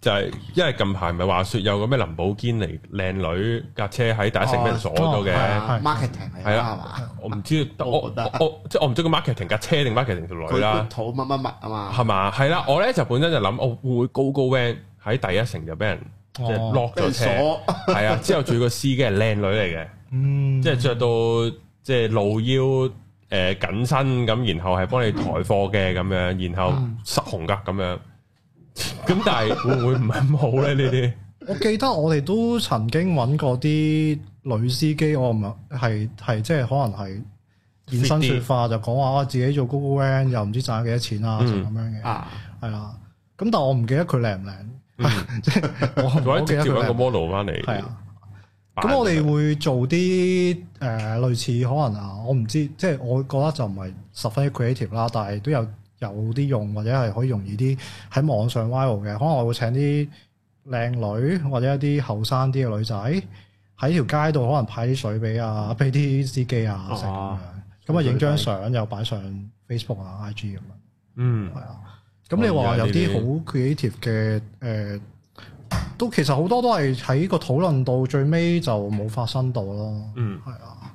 A: 就係因為近排咪話說有個咩林寶堅尼靚女架車喺第一城俾人鎖咗
C: 係
A: 嘅
C: 啊，
B: 啊 marketing 係
A: 係
B: 啦，係
A: 啦
B: 嘛？
A: 我唔知我
B: 我
A: 我
B: 覺得
A: 我即係我唔知個 marketing 架車定 marketing 條女
B: 佢
A: 啦
B: 個，肚乜乜乜啊嘛，
A: 係嘛？係啦，我咧就本身就諗，我會唔會 Google Bank 喺第一城就俾人即係
C: 哦
A: lock
B: 跟
A: 咗
B: 住
A: 車。
B: 鎖
A: 系啊，之後仲有個司機係靚女嚟
B: *laughs*
A: 嘅，
C: 嗯，
A: 即係着到即係露腰诶紧、緊身咁，然後係幫你抬貨嘅咁樣，然後
B: 嗯
A: 失紅噶咁樣。咁但係會唔會唔係咁好咧？呢啲
C: 我記得我哋都曾經揾過啲女司機，我唔係係係即係可能係現身説法，就講話啊自己做 Google Van 又唔知賺咗幾多錢啊，就
A: 嗯
C: 咁樣嘅，
B: 啊！
C: 係啦。咁但我唔記得佢靚唔靚， *laughs* 即係我
A: 或者
C: 唔記得
A: 嗯直接揾
C: 佢
A: 個
C: 靚。
A: model 翻嚟
C: 係
A: 扮，
C: 啊，咁我哋會做啲誒、呃、類似可能啊，我唔知，即係我覺得就唔係十分之 creative 啦，但係都有有啲用或者係可以容易啲喺網上 viral 嘅，可能我會請啲靚女或者一啲後生啲嘅女仔喺條街度可能派啲水俾啊，俾啲司機啊
B: 哦
C: 食咁樣，咁啊影張相又擺上 Facebook 啊 IG 咁樣。
A: 嗯
C: 係啊，咁你話有啲好 creative 嘅誒、呃都其實好多都係喺個討論到最尾就冇發生到咯。
A: 嗯
C: 係啊，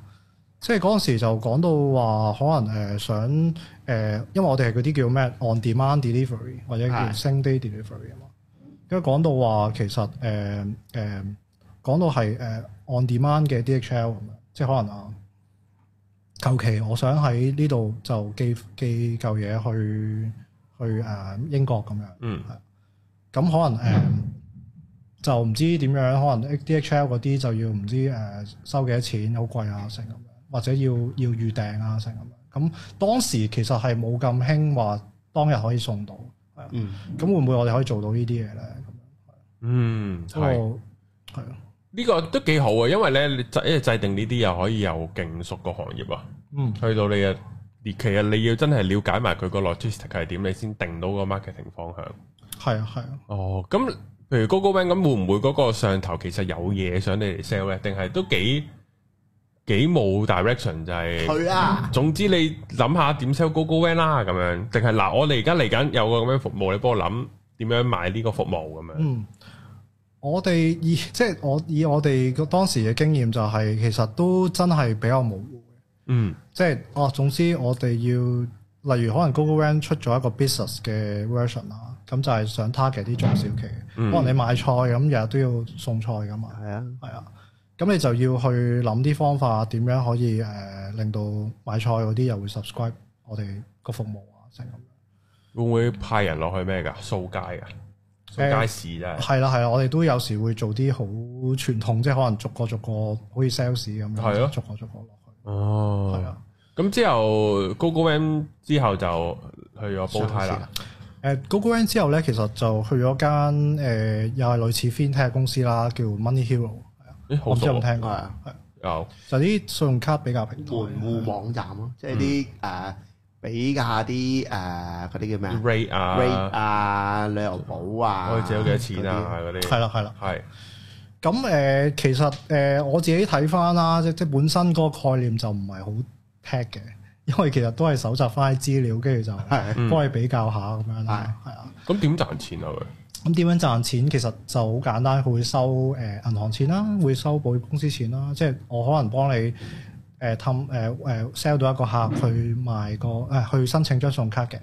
C: 即係嗰陣時就講到話可能誒、呃想誒、呃因為我哋係嗰啲叫咩 on demand delivery 或者叫
B: 係
C: same day delivery 啊嘛。跟住講到話其實誒誒、呃呃講到係誒、呃 on demand 嘅 DHL 咁樣，即係可能啊。求其我想喺呢度就寄寄嚿嘢去去誒、呃英國咁樣，
A: 嗯
C: 咁可能誒、呃就唔知點樣，可能 DHL 嗰啲就要唔知誒、呃收幾多錢，好貴啊成咁樣，或者要要預訂啊成咁樣。咁當時其實係冇咁興話當日可以送到，係啊
B: 嗯
C: 咁會唔會我哋可以做到呢啲嘢咧？
A: 嗯
C: 咁
A: 係
C: 我係啊，
A: 呢個都幾好啊，因為咧你制因為制定呢啲又可以又勁熟個行業啊，
C: 嗯
A: 去到你啊，而其實你要真係了解埋佢個 logistic 係點，你先定到個 marketing 方向。
C: 係啊係啊。
A: 哦，咁譬如 g o g o b a n 咁，會唔會嗰個上頭其實有嘢想你嚟 sell 咧？定係都幾幾冇 direction 就係、
B: 佢啊，
A: 總之你諗下點 sell g o g o b a n 啦咁樣，定係嗱我哋而家嚟緊有個咁樣服務，你幫我諗點樣賣呢個服務咁樣。
C: 嗯，我哋以即係我以我哋個當時嘅經驗就係、其實都真係比較模糊嘅，
A: 嗯
C: 即係哦，總之我哋要例如可能 Google Rank 出咗一個 business 嘅 version 啦，咁就係想 target 啲中小企嘅，
A: 嗯
C: 可能你買菜咁日日都要送菜噶嘛，
B: 係啊，
C: 係啊，咁你就要去諗啲方法點樣可以誒、呃令到買菜嗰啲又會 subscribe 我哋個服務啊，成咁。
A: 會唔會派人落去咩㗎？掃街㗎？啊掃
C: 誒
A: 街市真係
C: 係啦係啦，我哋都有時會做啲好傳統，即係可能逐個逐個好似 sales 咁樣，
A: 係咯
C: 逐個逐個落去。係
A: 哦
C: 啊，，
A: 咁之後 g o g o b a n 之後就去咗煲呔
C: 啊
B: 啊
A: 啦。
C: 誒呃 Google Rand 之後咧，其實就去咗間誒又係類似 FinTech 公司啦，叫 Money Hero，係啊
A: 咦，好
C: 我唔知
A: 熟
C: 有冇
A: 喎
C: 聽過，
B: 係嗯啊
C: 係
A: 有
C: 就啲信用卡比較平台。
B: 門戶網站咯，
A: 嗯
B: 即係啲誒比價啲誒嗰啲叫咩啊
A: rate 啊
B: rate 啊、旅遊保啊，
A: 可以借到幾多錢啊？嗰啲
C: 係啦係啦，
A: 係
C: 咁誒、呃其實誒、呃我自己睇翻啦，即即本身嗰個概念就唔係好 tech 嘅，因為其實都係搜集翻啲資料，跟住就
B: 係
C: 幫你比較下咁樣啦，係啊。
A: 咁點賺錢啊？佢
C: 咁點樣賺錢其實就好簡單，佢會收誒、呃、銀行錢啦，會收保險公司錢啦，即係我可能幫你誒氹誒誒 sell 到一個客去賣個誒、呃去申請張信用卡嘅，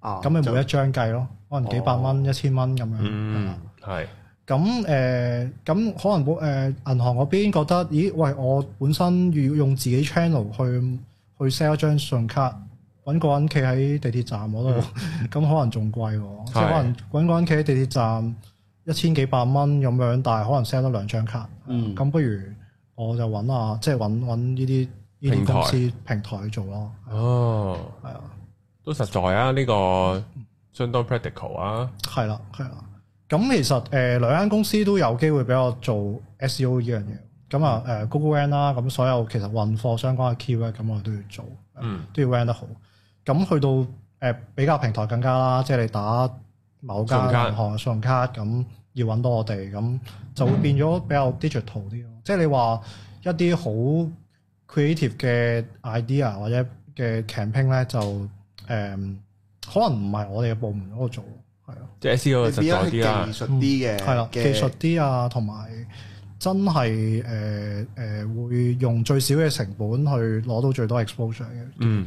B: 啊，
C: 咁咪每
B: 就
C: 一張計咯，可能幾百蚊、一千蚊咁樣。係
A: 嗯
C: 啦，
A: 係
C: 咁誒，呃咁、可能誒、呃、銀行嗰邊覺得，咦，喂，我本身要用自己 channel 去去 sell 張信用卡，揾個人企喺地鐵站嗰度， *laughs* 咁可能仲貴喎，即係可能揾個人企喺地鐵站一千幾百蚊咁樣，但係可能 sell 得兩張卡，
B: 嗯
C: 咁、不如我就揾啊，即係揾揾呢啲呢啲
A: 平台
C: 公司平台去做咯，
A: 哦，
C: 係啊。
A: 都實在啊！呢個相當 practical 啊，
C: 係啦，係啦。咁其實誒、呃、兩間公司都有機會俾我做 SEO 呢樣嘢。咁啊
A: 嗯
C: 誒 Google Rank 啦，咁所有其實運貨相關嘅 keyword 咁我哋都要做，
A: 嗯
C: 都要 rank 得好。咁去到誒、呃比較平台更加啦，即係你打某間
A: 信用卡
C: 銀行嘅信用卡，咁要揾到我哋，咁就會變咗比較 digital 啲咯。即係你話一啲好 creative 嘅 idea 或者嘅 campaign 咧，就誒、呃可能唔係我哋嘅部門嗰度做，係啊。
A: 即係 SEO
B: 你
A: 實
B: 變
A: 在
B: 咗係
A: 啲啦
B: 技，術啲嘅，
C: 嗯係啦，技
B: 嘅
C: 術啲啊，同埋真係誒誒會用最少嘅成本去攞到最多 exposure 嘅。
A: 嗯。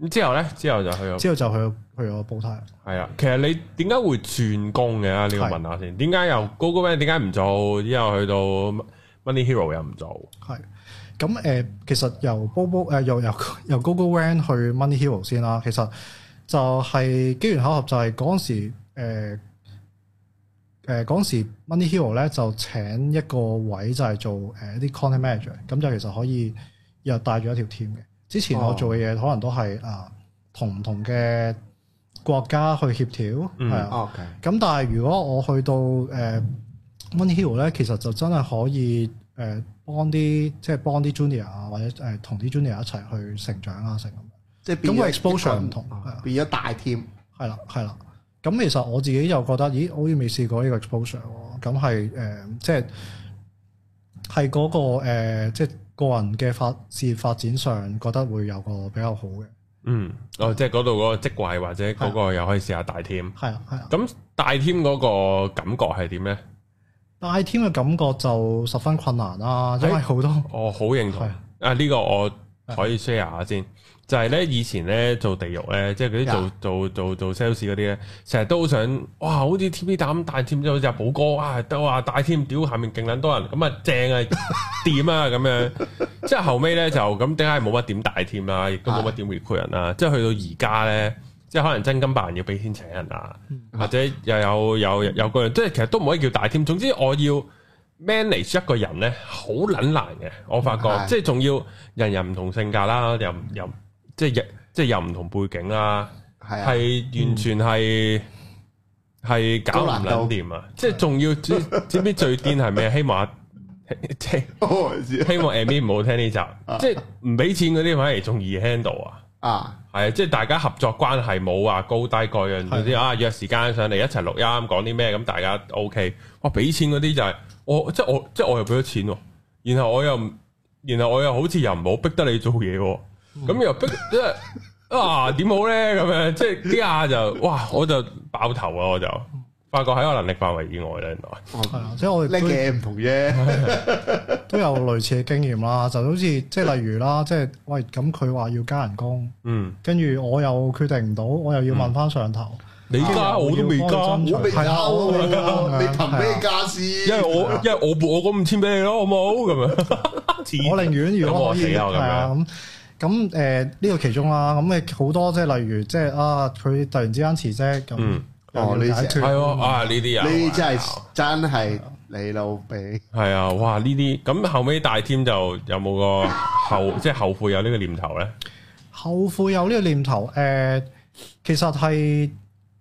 A: 咁之後咧，之後就去咗
C: 之後就去去咗煲呔。
A: 係啊。其實你點解會轉工嘅？呢個
C: 係
A: 問下先。點解由 Google Bank 點解唔做？之後去到 Money Hero 又唔做？
C: 係咁誒、呃其實由 Bobo 誒、呃、由由 *laughs* 由 Google One 去 Money Hero 先啦，其實就係機緣巧合就係嗰陣時誒誒嗰陣時 Money Hero 咧就請一個位就係做誒啲 content manager，咁就其實可以又帶住一條 team 嘅。之前我
B: 哦
C: 做嘅嘢可能都係啊同唔同嘅國家去協調，係、
A: 嗯
C: 啊。
B: 哦，OK，
C: 咁但係如果我去到誒、呃、One Hill 咧，其實就真係可以誒、呃、幫啲即係幫啲 junior 啊，或者誒同啲 junior 一齊去成長啊，成咁樣。
B: 即係變咗
C: 咁個
B: 一
C: exposure
B: 個人
C: 唔同係啊
B: 變咗大 team，
C: 係啦，係啦。咁其實我自己又覺得，咦，好似未試過呢個 exposure 喎。咁係誒，即係係嗰個、呃、即係個人嘅發事業發展上，覺得會有個比較好嘅。
A: 嗯，哦，即係嗰度嗰個職位或者嗰個又可以試下大 team。
C: 係啦，係啦。啊
A: 咁大 team 嗰個感覺係點咧？
C: 大 team 嘅感覺就十分困難啦，因為好多
A: 哦我好認同
C: 係
A: 啊！呢、個我可以 share 下先，就係、呢，咧以前咧做地獄咧，即係嗰啲做做做做 sales 嗰啲咧，成日都好想哇，好似 TV 打咁大 team 就好似阿寶哥啊，都話大 team 屌下面勁撚多人，咁啊正啊點啊咁樣，即係後尾咧就咁點解冇乜點大 team 啦，亦都冇乜點 recruit 人啦，即係去到而家咧。即係可能真金白銀要俾錢請人啊，或者又有有有個人，即係其實都唔可以叫大 team。總之我要 manage 一個人咧，好撚難嘅。我發覺
B: 係
A: 即係仲要人人唔同性格啦，又又即係即係又唔同背景啦，
B: 係啊，嗯
A: 係完全係係搞唔撚掂啊！即係仲要知知唔知最癲係
B: *laughs*
A: 咩？希望阿即係
B: *laughs* 我知
A: 希望 Amy 唔好聽呢集，即係唔俾錢嗰啲反而仲易 handle 啊！
B: 啊，
A: 係啊，即係大家合作關係冇話高低各樣嗰啲啊，約時間上嚟一齊錄音講啲咩咁，大家 O K。哇，俾錢嗰啲就係、我即係我即係我又俾咗錢喎，然後我又唔然後我又好似又唔好逼得你做嘢喎，
C: 嗯
A: 咁又逼即係啊點好咧咁樣，即係啲下就哇我就爆頭啊我就發覺喺我能力範圍以外啦，原來
C: 係啊啦，即啊係我哋
B: 叻
C: 都
B: 嘅唔同啫，
C: 都有類似嘅經驗啦，就好似即係例如啦，即係喂咁佢話要加人工，
A: 嗯
C: 跟住我又決定唔到，我又要問翻上頭，
A: 你加我都未加，
B: 我未
C: 係啊我未
B: 交
C: 交
B: 啊，你憑咩啊價
A: 因為
B: 先？
A: 我因為我我嗰五千俾你咯，好冇咁樣。
C: 我寧願如
A: 咁
C: 果
A: 我
C: 可
A: 死
C: 以
A: 啦咁
C: 係啊咁。咁誒呢個其中啦，咁誒好多即係例如即係啊，佢突然之間辭職咁
A: 嗯，
C: 又
B: 哦呢
C: 要解
B: 隻
A: 係
C: 決，
A: 喎啊！呢啲啊，
B: 你真係真係你老味，
A: 係啊，哇！呢啲咁後尾大 team 就有冇個 *laughs* 後即係後悔有呢個念頭咧？
C: 後悔有呢個念頭誒，其實係。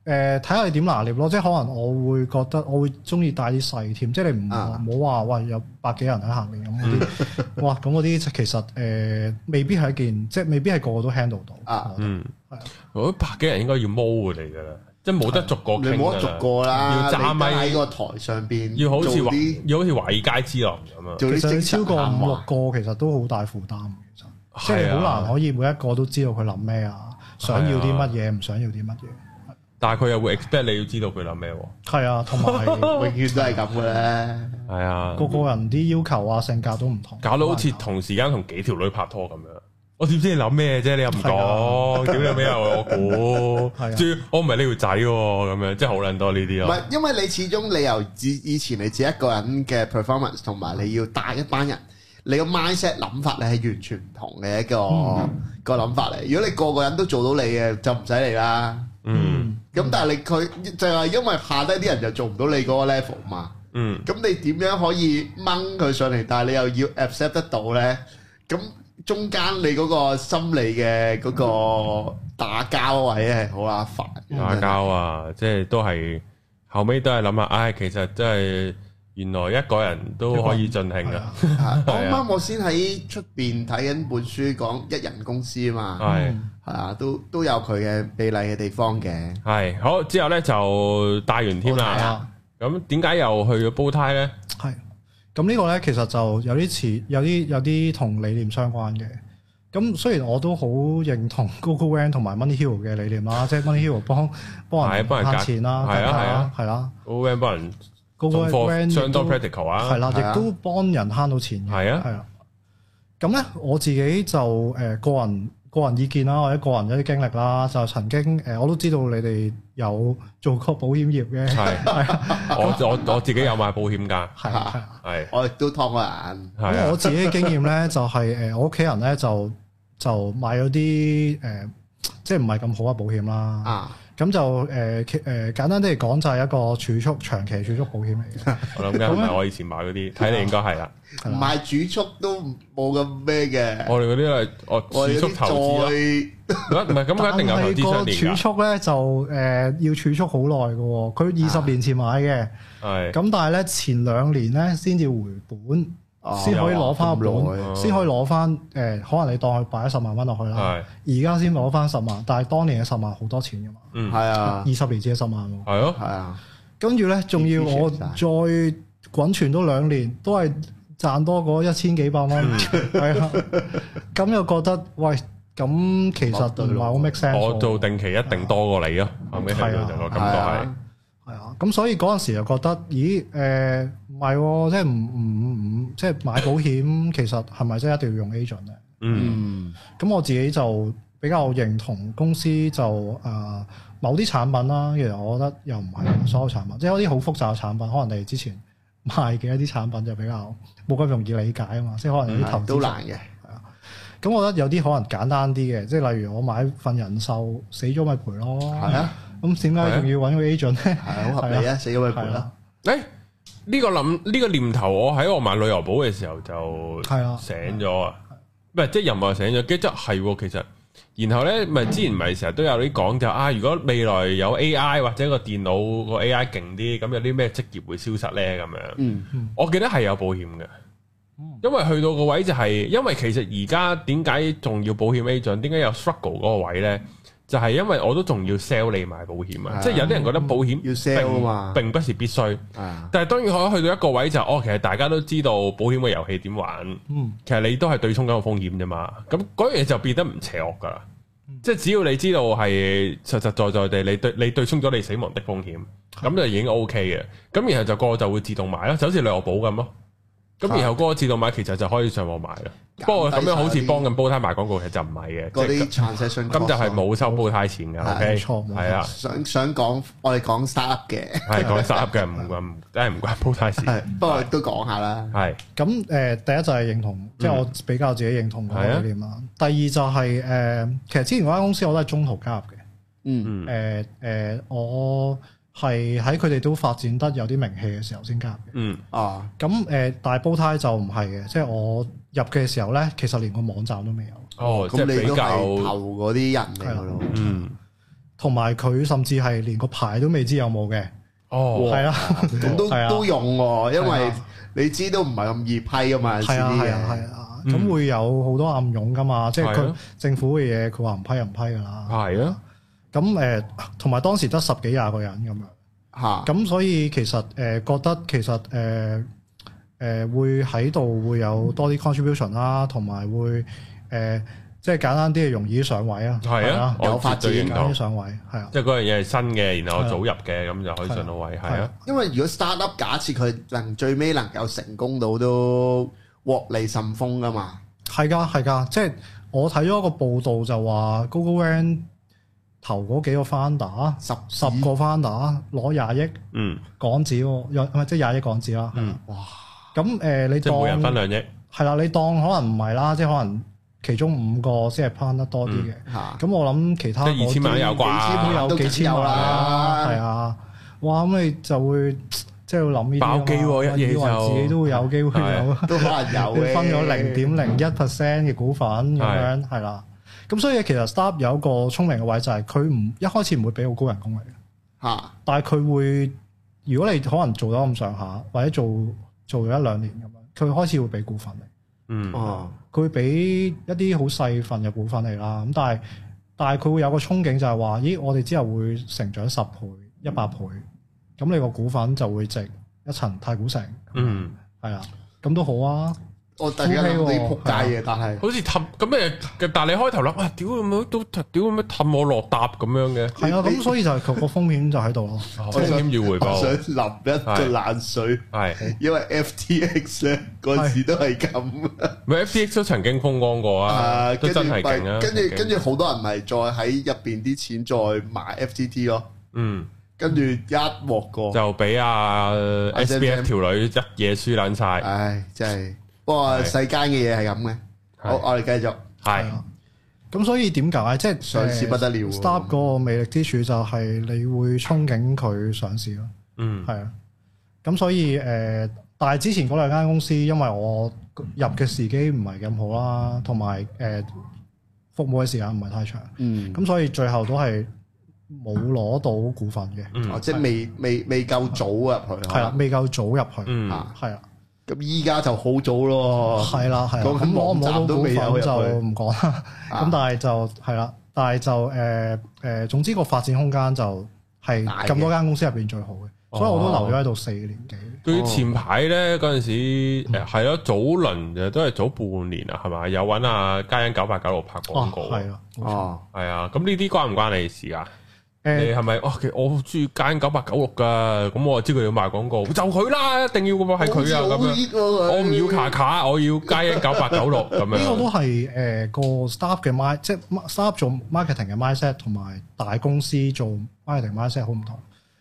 C: 誒睇下你點拿捏咯，即係可能我會覺得我會中意帶啲細添，即係你唔
B: 啊
C: 唔好話喂有百幾人喺下面咁嗰啲，
B: *laughs*
C: 哇咁嗰啲其實誒、呃未必係一件，即係未必係個個都 handle 到。
B: 啊
C: 我覺得
A: 嗯
C: 係啊，
A: 我覺得百幾人應該要毛佢哋噶啦，即係冇得逐個
B: 你
A: 傾
B: 冇
A: 㗎啦
B: 得逐個啦，
A: 要揸咪
B: 你都喺個台上邊，
A: 要好似
B: 做
A: 華
B: 啲
A: 要好似華爾街之狼咁啊！
B: 做
C: 其
B: 啲
C: 實
B: 精神
C: 你超過
B: 喊啊話
C: 五六個其實都好大負擔，其實即
A: 係
C: 係
A: 啊
C: 好難可以每一個都知道佢諗咩啊，想要啲乜嘢，唔想要啲乜嘢。
A: 但係佢又會 expect 你要知道佢諗咩喎？
C: 係啊，
B: *laughs*
C: 同埋
B: 永遠都係咁嘅咧。
A: 係啊
C: 個，個人啲要求啊、性格都唔同，
A: 搞到好似同時間同幾條女拍拖咁樣，我點知你諗咩啫？你又唔
C: 係啊
A: *laughs* 講，屌你咩啊？我估
C: 係，啊
A: 仲要我唔係你條仔喎，咁樣即係好撚多呢啲
B: 唔
A: 咯。
B: 係，因為你始終你由以以前你自己一個人嘅 performance，同埋你要帶一班人，你個 mindset 諗法你係完全唔同嘅一個、
A: 嗯
B: 個諗法嚟。如果你個個人都做到你嘅，就唔使你啦。
A: 嗯
B: 咁但係你佢就係因為下低啲人就做唔到你嗰個 level 嘛。
A: 嗯，
B: 咁你點樣可以掹佢上嚟，但係你又要 accept 得到呢？咁中間你嗰個心理嘅嗰個打交位係好阿煩，
A: 打交啊，即係都係後尾都係諗下，唉，其實真係原來一個人都可以盡興
C: 係
A: 噶
C: 啊，
B: 啊我啱啱我先喺出邊睇緊本書講一人公司啊嘛，
A: 係
C: 嗯
B: 係啊，都都有佢嘅美麗嘅地方嘅。
A: 係好之後咧就帶完添
B: 好
C: 係
B: 睇
A: 啦。
B: 啊
C: 啊，
A: 咁點解又去咗煲胎咧？
C: 係。咁呢個咧，其實就有啲似，有啲有啲同理念相關嘅。咁雖然我都好認同 Google Van 同埋 Money Hero 嘅理
A: *laughs*
C: 念啦，即係 Money Hero 幫幫人
A: 係幫人
C: 慳
A: 夾
C: 錢啦，
A: 係啊
C: 大家
A: 係啊，
C: 係啦
A: 好 van 幫人送
C: ，Google
A: 貨
C: Van
A: 相當
C: 亦都
A: practical
C: 係
A: 啊，
C: 啦，
B: 係啊
C: 亦都幫人慳到錢嘅。
A: 係啊
C: 係啦。咁咧，我自己就誒、呃、個人個人意見啦，或者個人一啲經歷啦，就曾經誒、呃我都知道你哋有做過保險業嘅，
A: 係我我我自己有買保險㗎， *laughs*
C: 係係。
A: 係
B: 我亦都劏過眼，
A: 係
C: 咁
A: 啊
C: 我自己嘅經驗咧， *laughs* 就係、呃我屋企人咧就就買咗啲誒，即係唔係咁好嘅保險啦。
B: 啊，
C: 咁就誒其誒簡單啲嚟講，就係一個儲蓄長期儲蓄保險嚟嘅，
A: 我諗緊唔係我以前買嗰啲，睇你應該係啦。
C: 係啦
B: 賣主速都冇咁咩嘅，
A: 我哋嗰啲係我
B: 我
A: 儲
B: 有
A: 蓄投資咯，
B: 啲
A: 唔係咁佢一定有投資
C: 但
A: 上
C: 係個
A: 年㗎，
C: 儲蓄咧就誒、呃要儲蓄好耐嘅喎，
A: 啊
C: 佢二十年前買嘅，
A: 係
C: 咁、但係咧前兩年咧先至回本，
B: 再
C: 先可以攞翻個
B: 咁耐
A: 哦
C: 本，先可以攞翻誒，可能你當佢擺十萬蚊落去啦，
A: 係
C: 而家先攞翻十萬，但係當年嘅十萬好多錢噶嘛，
A: 嗯
B: 係啊
C: 二，十年只係十萬喎，
A: 係咯，
B: 係啊，
C: 跟住咧仲要我
B: Depreciate 晒
C: 再滾存多兩年，都係賺多嗰一千幾百蚊，係啊，咁又覺得喂，咁其實唔係好 make sense
A: *laughs*
C: 喎。
A: 我做定期一定多過你咯，後尾睇到就個
B: 係
A: 感覺係
B: 啊，
C: 係啊，咁所以嗰陣時又覺得，咦誒唔係喎，即係唔唔唔唔，即係買保險其實係咪真係一定要用 agent 咧？
A: 嗯
B: 嗯，
C: 咁我自己就比較認同公司就誒、呃某啲產品啦，其實我覺得又唔係所有產品，即係有啲好複雜嘅產品，可能你哋之前賣嘅一啲產品就比較冇咁容易理解啊嘛，即係可能有啲投
B: 嗯係
C: 資
B: 都難嘅，
C: 咁我覺得有啲可能簡單啲嘅，即係例如我買份人壽死咗咪賠咯，
B: 係啊，
C: 咁點解仲要揾個 agent 咧？
B: 係好合理啊，死咗咪賠啦，
A: 誒呢個諗呢個念頭，我喺我買旅遊保嘅時候就
C: 係啊
A: 醒咗啊，唔係即係又唔係醒咗，跟住係喎其實。然後咧，咪之前咪成日都有啲講就啊，如果未來有 AI 或者個電腦個 AI 勁啲，咁有啲咩職業會消失咧？咁樣，
B: 嗯，
A: 我記得係有保險嘅，因為去到個位就係、因為其實而家點解仲要保險 agent？點解有 struggle 嗰個位呢？就係、因為我都仲要 sell 你買保險啊！
B: 啊
A: 即係有啲人覺得保險
B: 要
A: 並
B: sell 啊嘛
A: 並不是必須。
B: 啊，
A: 但係當然可以去到一個位就係哦，其實大家都知道保險嘅遊戲點玩，
C: 嗯
A: 其實你都係對沖緊個風險啫嘛。咁嗰樣嘢就變得唔邪惡㗎啦。
B: 嗯
A: 即係只要你知道係實實在在地，你對你對沖咗你死亡的風險，咁就已經 O K 嘅。咁然後就個就會自動買啦，就好似旅遊保咁咯。咁然後嗰個自動買其實就可以上網買啦。
B: 減低
A: 不過咁樣好似
B: 晒啲
A: 幫緊煲胎賣廣告，其實就唔係嘅。
B: 嗰
A: 即
B: 啲
A: 係
B: transaction
A: 咁就係冇收煲胎錢㗎。O K，
C: 冇錯冇錯
A: 係啊，
B: 想想講，我哋講 startup 嘅，
A: 係講 s 嘅，唔關唔真係唔關煲胎事。
B: 係不過都講下啦，
A: 係
C: 咁誒、呃第一就係認
B: 嗯
C: 同，即係我比較自己認同嗰
A: 係啊
C: 個理念啦。第二就係、呃其實之前嗰間公司我都係中途加入嘅。
B: 嗯，
A: 嗯
C: 誒誒、呃我係喺佢哋都發展得有啲名氣嘅時候先加入嘅。
A: 嗯
B: 哦，
C: 咁誒、呃大煲胎就唔係嘅，即係我入嘅時候咧，其實連個網站都未有，
A: 哦，即
B: 咁
A: 係
B: 你
A: 比
B: 都係
A: 較
B: 投嗰啲人嚟㗎咯，
A: 嗯
C: 同埋佢甚至係連個牌都未知有冇嘅，
A: 哦
C: 係啊，
B: 咁都
C: *laughs* 係啊
B: 都用喎，因為
C: 係啊
B: 你知都唔係咁易批㗎嘛，有時
C: 係啊
B: 啲
C: 係啊係
B: 嘢，
C: 啊，
A: 嗯
C: 咁會有好多暗湧噶嘛，即係
A: 係
C: 佢
A: 啊
C: 政府嘅嘢，佢話唔批就唔批噶啦。
A: 係啊，
C: 咁誒，同埋當時得十幾廿個人咁樣。
B: 嚇，
C: 咁所以其實誒、呃、覺得其實誒誒、呃呃、會喺度會有多啲 contribution 啦，同埋會誒、呃即係簡單啲，容易啲上位啊，
A: 係啊，
B: 有
A: 我
B: 發
A: 絕對
B: 展
A: 認
C: 簡單
A: 同
C: 啲。上位係啊，
A: 即係嗰樣嘢係新嘅，然後我
C: 係啊
A: 早入嘅，咁就可以上到位，係
C: 係
A: 啊
C: 啊，
B: 因為如果 startup 假設佢能最尾能夠成功到都獲利甚豐㗎嘛，
C: 係㗎係㗎，即係我睇咗一個報道就話 Google Van 頭嗰幾個 founder
B: 十
C: 十個 founder 攞廿億
A: 嗯，
C: 港紙喎，有唔係即係廿億港紙啦。
A: 嗯
C: 哇！咁誒、呃你
A: 即係每人分
C: 當
A: 兩億，
C: 係啦，你當可能唔係啦，即係可能其中五個先係 plan 得多啲嘅。
B: 嚇，
C: 咁我諗其他
A: 即係二千
C: 嗰啲
A: 萬有
B: 幾千
C: 都
A: 啩，
C: 有幾千
B: 都梗有
C: 萬
B: 啦
C: 係啊，哇！咁你就會即係要諗呢啲啊嘛
A: 爆機喎一嘢
C: 以為
A: 就
C: 自己都會有機會
A: 係
C: 有。
B: 都可能有
C: 你
B: 嘅
C: 分咗零點零一 percent 嘅股份咁樣，係啦。咁所以其實 startup 有一個聰明嘅位就係佢唔一開始唔會俾好高人工嚟嘅，
B: 嚇，
C: 但係佢會如果你可能做得咁上下，或者做做咗一兩年咁樣，佢開始會俾股份你，
A: 嗯，
B: 哦，
C: 佢會俾一啲好細份嘅股份你啦。咁但係但係佢會有個憧憬就係話，咦，我哋之後會成長十倍、一百倍，咁你個股份就會值一層太古城，
A: 嗯。
C: 係啊，咁都好啊。
B: 我突然間諗啲撲街嘅，但係
A: 好似氹咁誒，但係你開頭諗啊，屌咁樣都屌咁樣氹我落搭咁樣嘅，
C: 係啊，咁所以就係個風險就喺度咯。
A: 啊風險要回
B: 我想
A: 報
B: 淋一隻冷水，
A: 係。
B: 因為 FTX 咧嗰陣時都係咁
A: 咪 FTX 都曾經風光過啊，
B: 啊，
A: 都
B: 跟住
A: 真係勁啊！
B: 咪跟
A: 曾
B: 住
A: 經
B: 跟住好多人咪再喺入邊啲錢再買 FTT 咯，
A: 嗯，
B: 跟住一鑊過。
A: 就俾阿 à, S B F 條女一嘢輸撚晒，
B: 唉，真係，不過
A: 係
B: 世間嘅嘢係咁嘅。好，我哋繼續
C: 係
A: 係
C: 啊，咁所以點解即係
B: 上市不得了喎啊
C: s t a r 嗰個魅力之處就係你會憧憬佢上市咯，
A: 嗯
C: 係啊。咁所以誒、呃但係之前嗰兩間公司，因為我入嘅時機唔係咁好啦，同埋誒服務嘅時間唔係太長，
B: 嗯，
C: 咁所以最後都係冇攞到股份嘅，
B: 哦，
A: 嗯
B: 即係未未未夠早入去，
C: 係啦，未夠早入去，
A: 嗯
B: 啊，
C: 係啦。
B: 咁依家就好早咯，
C: 係啦係啦，
B: 講緊
C: 咁攞
B: 網
C: 唔攞到
B: 站都
C: 股
B: 未
C: 份
B: 有入去
C: 就唔講啦。
B: 啊
C: 咁但係就係啦，但係就誒誒，總之個發展空間就係
B: 大嘅
C: 咁多間公司入邊最好嘅，所以我都留咗喺度四年幾。
A: 佢前排
C: 哦
A: 咧嗰陣時，
C: 嗯
A: 誒係咯，早輪就都係早半年啊，係嘛？有揾阿嘉欣九八九六拍
C: 哦
A: 廣，告，
C: 係啦，冇錯
B: 哦，
A: 係啊。咁呢啲關唔關你事啊？你
C: 誒
A: 係咪？哇！其實我好中意嘉欣九八九六噶，咁我就知佢要賣廣告，就佢啦，一定要嘅喎，係佢啊
B: 好
A: 咁樣。
B: 熱喎佢
A: 我唔要卡卡，我要嘉欣九八九
C: *laughs*
A: 六咁
C: 呢個
A: 樣。啊
C: 都係誒個 staff 嘅 mind，即係 staff 做 marketing 嘅 mindset 同埋大公司做 marketing mindset 好唔同。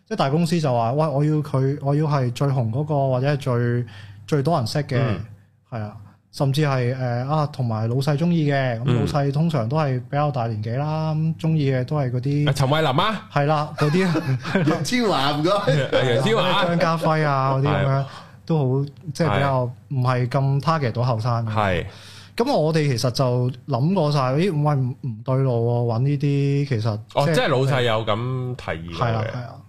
C: 即係大公司就話：喂，我要佢，我要係最紅嗰個，或者係最最多人識嘅，
A: 嗯
C: 係啊，甚至係誒、呃啊，同埋老細中意嘅。咁
A: 嗯
C: 老細通常都係比較大年紀啦，咁中意嘅都係嗰
A: 阿
C: 啲
A: 陳慧琳
C: *laughs*
A: 啊，
C: 係啦，
A: *laughs*
C: 嗰啲
B: 楊千嬅唔該，
A: 阿楊千嬅啊
C: 張家輝啊嗰啲咁樣，都好即係比較唔係咁 target 到後生嘅。
A: 係
C: 咁我哋其實就諗過晒，咦，喂唔唔對路喎，揾呢啲其實
A: 哦，即係老細有咁提議
C: 係啦
A: 嘅
C: 係。啦係啦，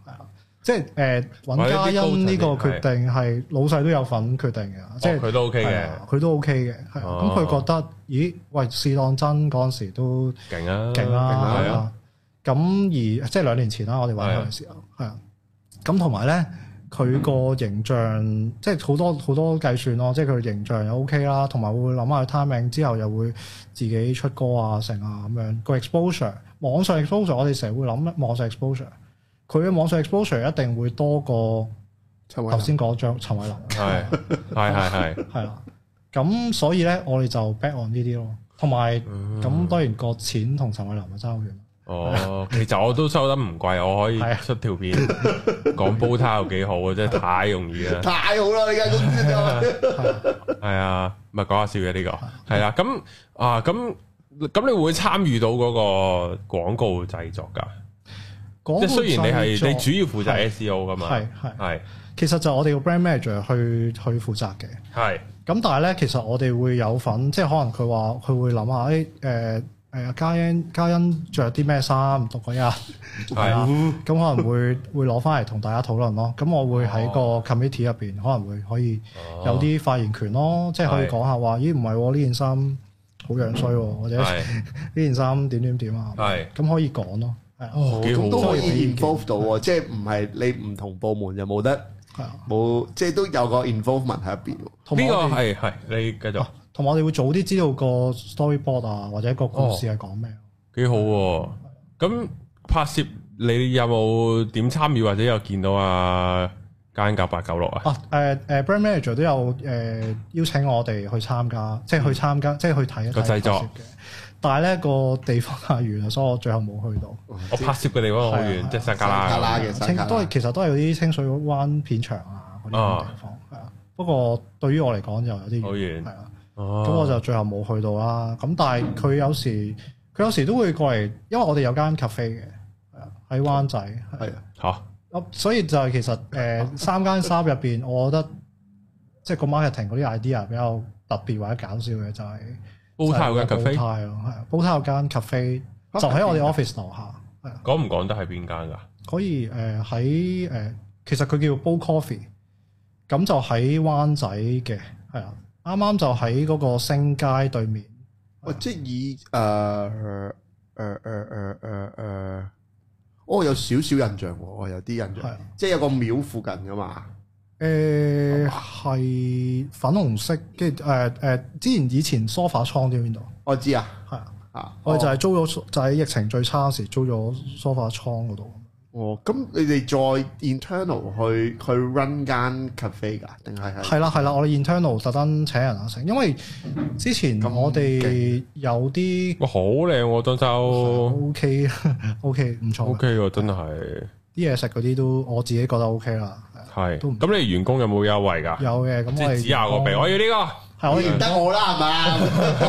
C: 即係誒揾
A: 或者啲
C: 嘉欣呢個
A: 高層哦
C: 決定係老細都有份決定嘅，即係
A: 佢都 OK 嘅
C: 係啊佢都 OK 嘅，係啊
A: 哦
C: 咁佢覺得咦喂試當真嗰陣時都
A: 勁啊，
C: 勁啦，
A: 係啊，
C: 係啊，咁而即係兩年前啦，我哋揾佢嘅時候係啊，咁同埋咧。佢個形象即係好多好多計算咯，即係佢形象又 OK 啦，同埋會諗下佢 timing 之後又會自己出歌啊、成啊咁樣。個 exposure 網上 exposure 我哋成日會諗網上 exposure，佢嘅網上 exposure 一定會多過頭先講張陳偉林，
A: 係係係係，
C: 係啦。咁所以咧，我哋就 back on 呢啲咯，同埋
A: 嗯
C: 咁當然個錢同陳偉林就爭好遠啦。
A: 哦，其實我都收得唔貴，我可以
C: 係啊
A: 出條
C: *laughs*
A: 片講煲呔有幾好啊，真係太容易啦。
B: 太好啦呢間公司就，
A: 係啊，唔係講下笑嘅呢個，係啦，咁啊咁。咁你會參與到嗰個廣告製作㗎？
C: 講
A: 即係雖然你係
C: 到製
A: 你
C: 作
A: 主要負責 SEO 㗎嘛，
C: 係係
A: 係
C: 其實就我哋個 brand manager 去去負責嘅。
A: 係
C: 咁但係咧，其實我哋會有份，即係可能佢話佢會諗下，誒誒誒，嘉欣嘉欣着啲咩衫讀嗰日，係啊啦，
A: 嗯
C: 咁可能會會攞翻嚟同大家討論咯。咁我會喺
A: 哦
C: 個 committee 入邊，可能會可以有啲發言權咯，即係可以
A: 係
C: 講下話，咦唔係喎，呢件衫好樣衰喎，或者呢
A: 係
C: 件衫點點點啊，
A: 係
C: 咁可以講咯，係啊，
A: 哦， *laughs* 幾好
B: 咁都可
A: 喎，
B: 以 involve 到喎，即係唔係你唔同部門就冇得
C: 係啊，
B: 冇，即係都有個 involvement 喺入邊喎。
C: 同埋
A: 呢個
C: 我哋哦
A: 係係你繼續
C: 同埋我哋會早啲知道個 storyboard 啊，或者個故事係講咩。
A: 幾好喎。咁拍攝你有冇點參與或者有見到啊？間九八九六啊？
C: 啊誒誒，brand manager 都有誒、邀請我哋去參加，即係去參加，即係去睇
A: 個製作
C: 睇拍攝嘅。但係咧個地方太遠啦，所以我最後冇去到。
A: 我拍攝嘅地方好遠，
C: 係啊
A: 即係哦山卡
B: 山
A: 拉
B: 卡拉
A: 咁樣。
B: 嘅
C: 清都係其實都係嗰啲清水灣片場啊嗰啲咁嘅地方，係啊。不過對於我嚟講就有啲
A: 哦好遠
C: 遠，係啊。咁我
A: 哦，
C: 就最後冇去到啦。咁但係佢有時佢有時都會過嚟，因為我哋有間 cafe 嘅，係啊喺灣仔。係
B: 係啊，
A: 嚇
C: 啊所以就係其實誒、呃三間 shop 入邊，我覺得即係個 marketing 嗰啲 idea 比較特別或者搞笑嘅就係、
A: 煲呔嗰間
C: 就係
A: cafe，
C: 煲呔咯，係啊煲呔有間 cafe 就喺我哋 office 樓下，係啊
A: 講唔講得係邊間㗎？
C: 可以誒喺誒，其實佢叫煲 coffee，咁就喺灣仔嘅，係啊，啱啱就喺嗰個星街對面，
B: 喂，即係以誒誒誒誒誒誒，我哦有少少印象喎，我有啲印
C: 係啊
B: 象，即係有個廟附近噶嘛，
C: 誒呃係粉紅色，跟住誒誒，之前以前 sofa 倉啲邊度，
B: 我知啊，
C: 係啊。
A: 哦
B: 啊，
C: 我哋就係租咗，就喺疫情最差嗰時租咗 sofa 倉嗰度。
B: 哦，咁你哋再 internal 去去 run 間 cafe 㗎，定係係
C: 係啦係啦，我哋 internal 特登請人啊成，因為之前
B: 咁
C: 我哋有啲
A: 哇，好靚喎，裝修
C: OK *laughs* OK 唔錯嘅，
A: 哦，OK 喎，真係
C: 啲嘢食嗰啲都我自己覺得 OK 啦。係啊
A: 係。
C: 都唔
A: 咁你員工有冇優惠㗎？
C: 有哦嘅，咁
A: 即
C: 我
A: 係
C: 哋
A: 指下個鼻，我要呢
C: 係我
B: 唔
C: 哋
B: 得我啦，係 *laughs* 嘛？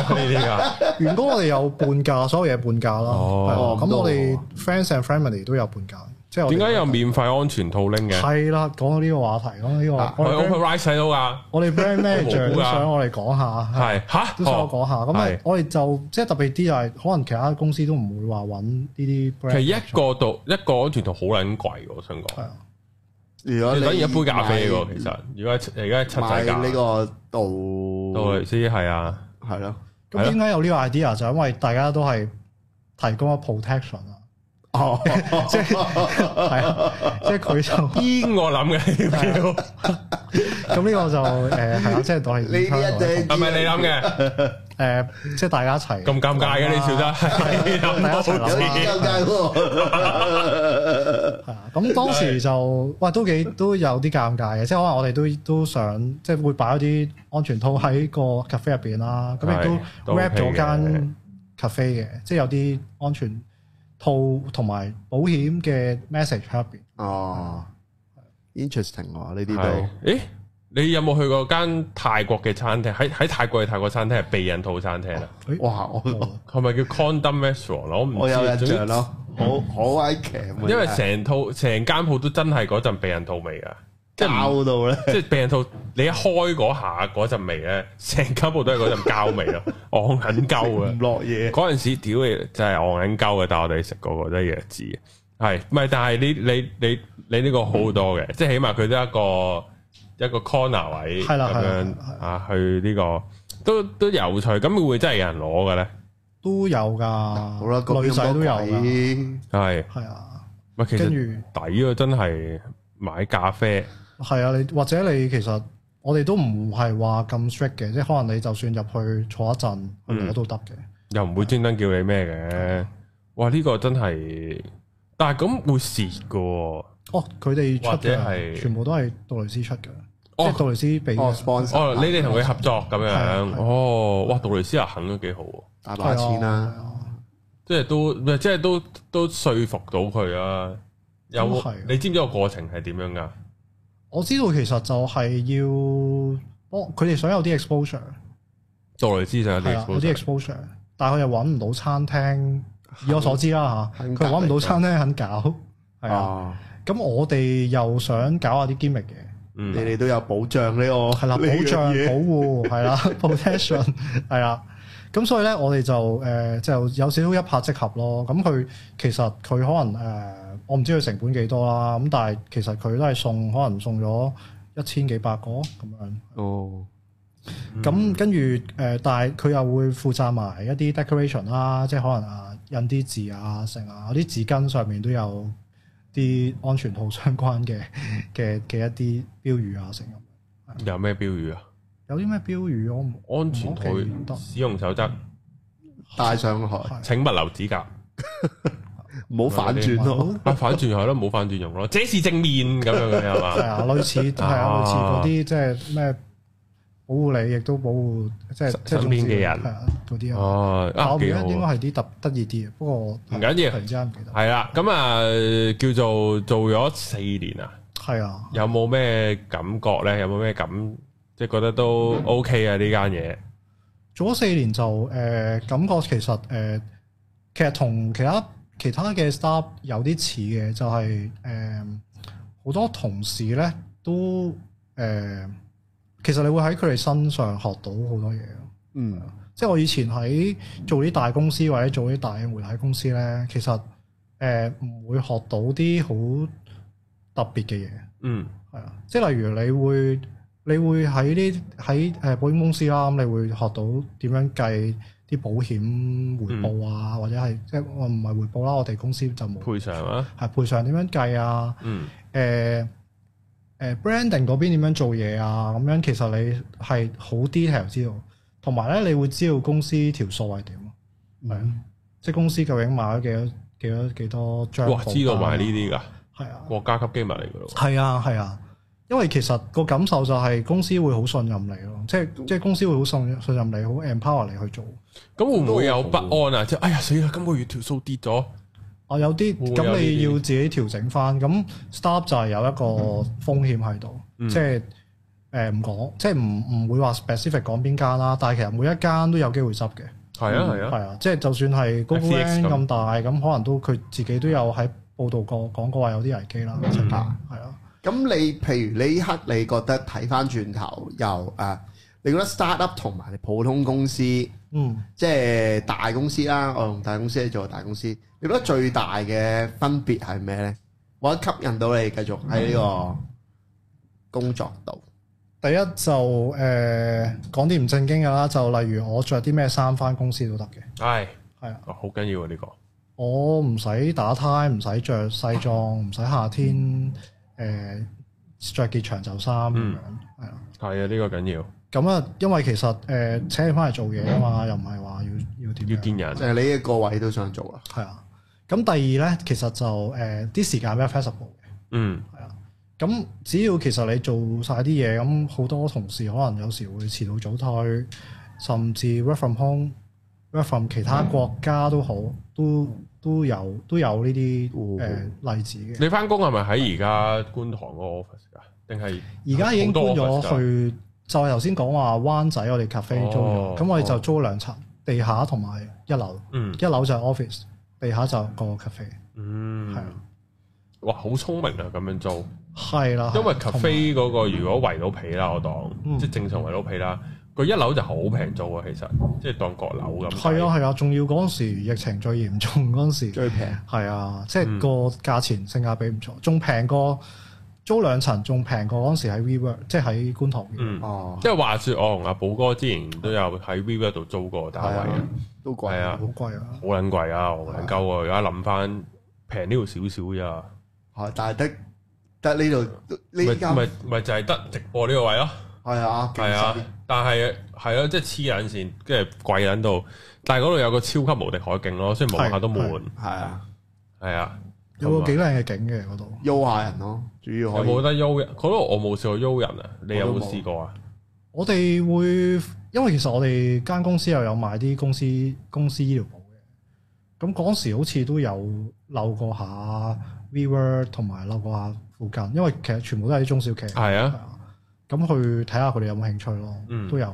A: 個呢啲㗎。
C: 員工我哋有半價，所有嘢半價啦。
A: 哦
C: 係啊咁我哋
B: 咁
C: friends and family 都有半價，即係我哋
A: 點解有免費安全套拎嘅？
C: 係啦？講到呢個話題，講到呢
B: 啊
C: 個
A: 我
C: 我
A: 係
C: 哋 brand-
A: Open Rice 睇到㗎，
C: 我哋 brand
A: 我冇
C: manager
A: 㗎啊
C: 都想我哋講下。
A: 係哦吓？
C: 都想我講下，咁
A: 係
C: 啊，我哋就即係特別啲就係，可能其他公司都唔會話揾呢啲
A: 其實
C: brand。
A: 一個度一個安全套好撚貴喎，我想
C: 係
A: 講，
C: 啊
B: 如果
A: 你
B: 你
A: 等於一杯咖啡喎。其實如果係而家係七
B: 買
A: 仔價，
B: 呢個度
A: 到嚟先係
C: *laughs*
A: 啊，
B: 係咯，
A: 係
C: 咁
A: 咯
C: 點解有呢個 idea？就因為大家都係提供咗 protection
A: *laughs*
C: 啊，
B: *laughs* 哦，
C: 即係係啊，即係佢就
A: 邊我諗嘅呢條
C: *laughs*
A: 票，
C: 咁呢個就誒係啊，即係我哋
B: 你呢一隻
A: 係咪你諗嘅？
C: 誒，即係大家一齊
A: 咁尷尬
B: 啊
A: 嘅你笑得，係諗
C: 大家
A: 到
C: 一齊
B: 有啲
A: 錢
B: 尷尬喎，
C: 係啊，咁當時就哇都幾都有啲尷尬嘅，即係可能我哋都都想即係會擺一啲安全套喺個 cafe 入邊啦，咁亦
A: 都
C: 都 wrap
A: OK 嘅
C: 咗間 cafe 嘅，即係有啲安全套同埋保險嘅 message 喺入邊。 *laughs*
B: 哦，interesting 喎呢
A: 係
B: 啲
A: *laughs*
B: 都，
A: 誒，你有冇去過間泰國嘅餐廳？喺喺泰國嘅泰國餐廳係避孕套餐廳啊？
C: 誒
B: 哇， *laughs* 我
A: *laughs* 係咪叫 condom restaurant 啊我唔知
B: 我有印象
A: 總之
B: 咯，好好閪騎啊，
A: 因為成套成間鋪都真係嗰陣避孕套味
B: *laughs*
A: 啊！即係唔
B: 教到咧，
A: 即係避孕套，你一開嗰下嗰陣味咧，成間鋪都係嗰陣膠味啊 *laughs* 咯，昂緊鳩啊
B: 唔！落嘢，
A: 嗰陣時屌你真係昂緊鳩嘅，但係我哋食過個真係弱智，係唔係？但係你你你你呢個好多嘅，即係起碼佢都一個一個 corner 位
C: 係啦
A: 咁
C: 係啦
A: 樣
C: 係啦
A: 啊，去呢個都都有趣。咁會唔會真係有人攞嘅咧？
C: 都有㗎，
B: 好啦，咁
C: 女仔都有
B: 咁多
C: 㗎，
B: 鬼
A: 係
C: 係啊，
A: 咪其
C: 跟
A: 實
C: 住
A: 抵啊！真係買咖啡
C: 係啊，你或者你其實我哋都唔係話咁 strict 嘅，即係可能你就算入去坐一陣去
A: 嗯
C: 攞都得嘅。
A: 又唔會專登叫你咩嘅。哇！呢、個真係，但係咁會蝕嘅喎。
C: 哦，佢哋出
A: 或者
C: 嘅
A: 係
C: 全部都係杜蕾斯出嘅，即
A: 哦
C: 係杜蕾斯俾
B: 哦
C: 嘅，
B: sponsor，
A: 哦，你哋同佢合作咁
C: 係
A: 樣
C: 啊係，啊
A: 哦，哇，杜蕾斯又肯都幾好喎，
B: 大
C: 係啊
B: 把錢啦，，
A: 即係都，即係都都說服到佢啊。有
C: 咁
A: 冇
C: 係？啊
A: 你知唔知個過程係點樣噶？
C: 我知道其實就係要幫佢哋想有啲 exposure，
A: 杜蕾斯就有
C: 係
A: 啲
C: 啦，有啲
A: exposure
C: exposure，但係佢又揾唔到餐廳，以我所知
B: *laughs*
C: 啦嚇，
B: 肯
C: 佢揾唔到
B: 隔離
C: 餐廳肯搞，係啊，
B: 哦，
C: 咁我哋又想搞下啲 gimmick 嘅，
A: 嗯
B: 你，哋都有保障呢個，
C: 係啦，保
B: 呢樣
C: 障
B: 嘢
C: 保護係啦 *laughs* ，protection 係啦。咁所以咧，我哋就誒、呃就有少少一拍即合咯。咁佢其實佢可能誒、呃我唔知佢成本幾多啦。咁但係其實佢都係送，可能送咗一千幾百個咁樣。
B: 哦，嗯
C: 咁跟住誒，呃但係佢又會負責埋一啲 decoration 啦，即係可能啊印啲字啊、成啊，有啲紙巾上面都有啲安全套相關嘅嘅嘅一啲標語啊，成咁。
A: 有咩標語啊？
C: 有啲咩標語我唔
A: 安全
C: 我唔記
A: 套
C: 得
A: 使用守則：
B: 帶上去，
C: 係
A: 請勿留指甲。
B: 唔好反轉咯，
A: 啊，反轉係咯，冇反轉用咯，這是正面咁樣嘅係
C: *laughs* 係啊
A: 嘛？
C: 啊，類似係啊，類似嗰啲即係咩保護你，亦都保護即係
A: 身
C: 即係
A: 身邊嘅人
C: 係啊嗰啲啊。
A: 哦，
C: 但
A: 啊
C: 我唔記
A: 幾
C: 得
A: 好
C: 應該
A: 啊，
C: 係啲特得意啲嘅，不過唔
A: 唔緊要
C: 突然之間唔記得。
A: 係啦，咁啊叫做做咗四年啊，
C: 係啊，
A: 有冇咩感覺咧？有冇咩感？即係覺得都 OK 啊呢間嘢，
C: 做咗四年就誒、呃感覺其實誒、呃其實同其他其他嘅 staff 有啲似嘅，就係誒好多同事咧都誒、呃其實你會喺佢哋身上學到好多嘢咯。
B: 嗯
C: 即係我以前喺做啲大公司或者做啲大嘅媒體公司咧，其實誒唔、會學到啲好特別嘅嘢，
A: 嗯
C: 係啊，即係例如你會你會喺啲喺誒保險公司啦，咁你會學到點樣計啲保險回報啊，
A: 嗯
C: 或者係即係我唔係回報啦，我哋公司就冇
A: 賠償啊，
C: 係賠償點樣計啊，
A: 嗯
C: 誒、誒 branding 嗰邊點樣做嘢啊，咁樣其實你係好 detail 知道，同埋咧你會知道公司條數係點咯，
A: 嗯
C: 係啊，即係公司究竟買咗幾多幾多幾多張
A: 哇
C: 保單啊，
A: 知道埋呢啲㗎，
C: 係啊，
A: 國家級機密嚟㗎咯，
C: 係啊，係啊，因為其實個感受就係公司會好信任你咯，即係即係公司會好信信任你，好 empower 你去做。
A: 咁會唔會有
B: 都
A: 不
B: 好
A: 安啊？即係哎呀死啦，今個月條數跌咗，
C: 啊，有啲
A: 會有
C: 咁你
A: 呢啲
C: 要自己調整翻，咁 staff 就係有一個風險喺度，
A: 嗯
C: 即係誒唔講，即係唔唔會話 specific 講邊間啦，但係其實每一間都有機會執嘅，
A: 係啊係啊，
C: 係啊，即係就算係 Google
A: FTX 咁
C: 咁大，咁可能都佢自己都有喺報道過講過話有啲危機
A: 嗯
C: 啦，曾經
B: 啊
C: 係啊，
B: 咁你譬如呢一刻，你覺得睇翻轉頭由啊，你覺得 startup 同埋普通公司，即
C: 嗯，
B: 係大公司啦，我用大公司嚟做大公司，你覺得最大嘅分別係咩呢？或者吸引到你繼續喺呢個工作度？
C: 第一就誒、講啲唔正經嘅啦，就例如我着啲咩衫翻公司都得嘅，
A: 係
C: 係啊。
A: 嗯哦好緊要啊呢個，
C: 我唔使打呔，唔使着西裝，唔使夏天誒著、件長袖衫咁樣，
A: 嗯
C: 係啊、
A: 係啊呢個緊要，
C: 咁啊，因為其實誒、呃請你翻嚟做嘢啊嘛，又唔係話要要點樣
A: 要見人
B: 就，係你一個位都想做啦。
C: 係啊。咁第二咧，其實就呃誒啲、時間比較 flexible
A: 嗯
C: 嘅，係啊。咁只要其實你做晒啲嘢，咁好多同事可能有時會遲到早退，甚至 work from home、work from 其他國家都好，都都有都有呢啲
A: 哦
C: 誒例子嘅。
A: 你翻工係咪喺而家觀塘嗰個 office 㗎？定係
C: 而家已經搬
A: 好多 office
C: 咗
A: 㗎
C: 去，就係頭先講話灣仔我哋 cafe 租
A: 哦
C: 咗，咁我哋就租兩層，地下同埋一樓，
A: 嗯
C: 一樓就係 office，地下就個 cafe，
A: 嗯
C: 係啊
A: 哇，好聰明啊！咁樣做，
C: 係啦，
A: 因為
C: 係同埋
A: cafe 嗰個如果圍到皮啦，我當、
C: 嗯
A: 即係正常圍到皮啦，佢一樓就好平租啊，其實即係當閣樓咁。
C: 係啊係啊，仲要嗰陣時疫情最嚴重嗰陣時，
B: 最平
C: 係啊，即
A: 嗯
C: 係個價錢性價比唔錯，仲平過租兩層，仲平過嗰陣時喺 WeWork，即係喺觀塘嘅，
A: 嗯，
B: 哦，
A: 即係話説我同阿寶哥之前都有喺 v i v 度租過單位啊，
B: 都貴
A: 係啊
C: 好貴啊，
A: 好撚貴啊，我撚鳩啊！而家諗翻平呢度少少咋，
B: 係哦但係得得呢度呢
A: 咪
B: 間
A: 咪咪就係得直播呢個位咯。
B: 係啊，
A: 係啊，但係係咯，即係黐撚線，跟住貴撚到，但係嗰度有個超級無敵海景咯，雖然望下都悶，
B: 係啊，
A: 係啊。
C: 有個幾
A: 同埋
C: 靚嘅景嘅嗰度，
B: 邀下人咯，主要可
A: 有
B: 以
A: 冇得邀人？嗰度我冇試過邀人啊，你有冇試過啊？
C: 我哋會，因為其實我哋間公司又有買啲公司公司醫療保嘅，咁嗰時好似都有漏過下 WeWork 同埋漏過下附近，因為其實全部都係啲中小企，
A: 係
C: 係
A: 啊，
C: 啊，咁去睇下佢哋有冇興趣咯，
A: 嗯
C: 都有嘅。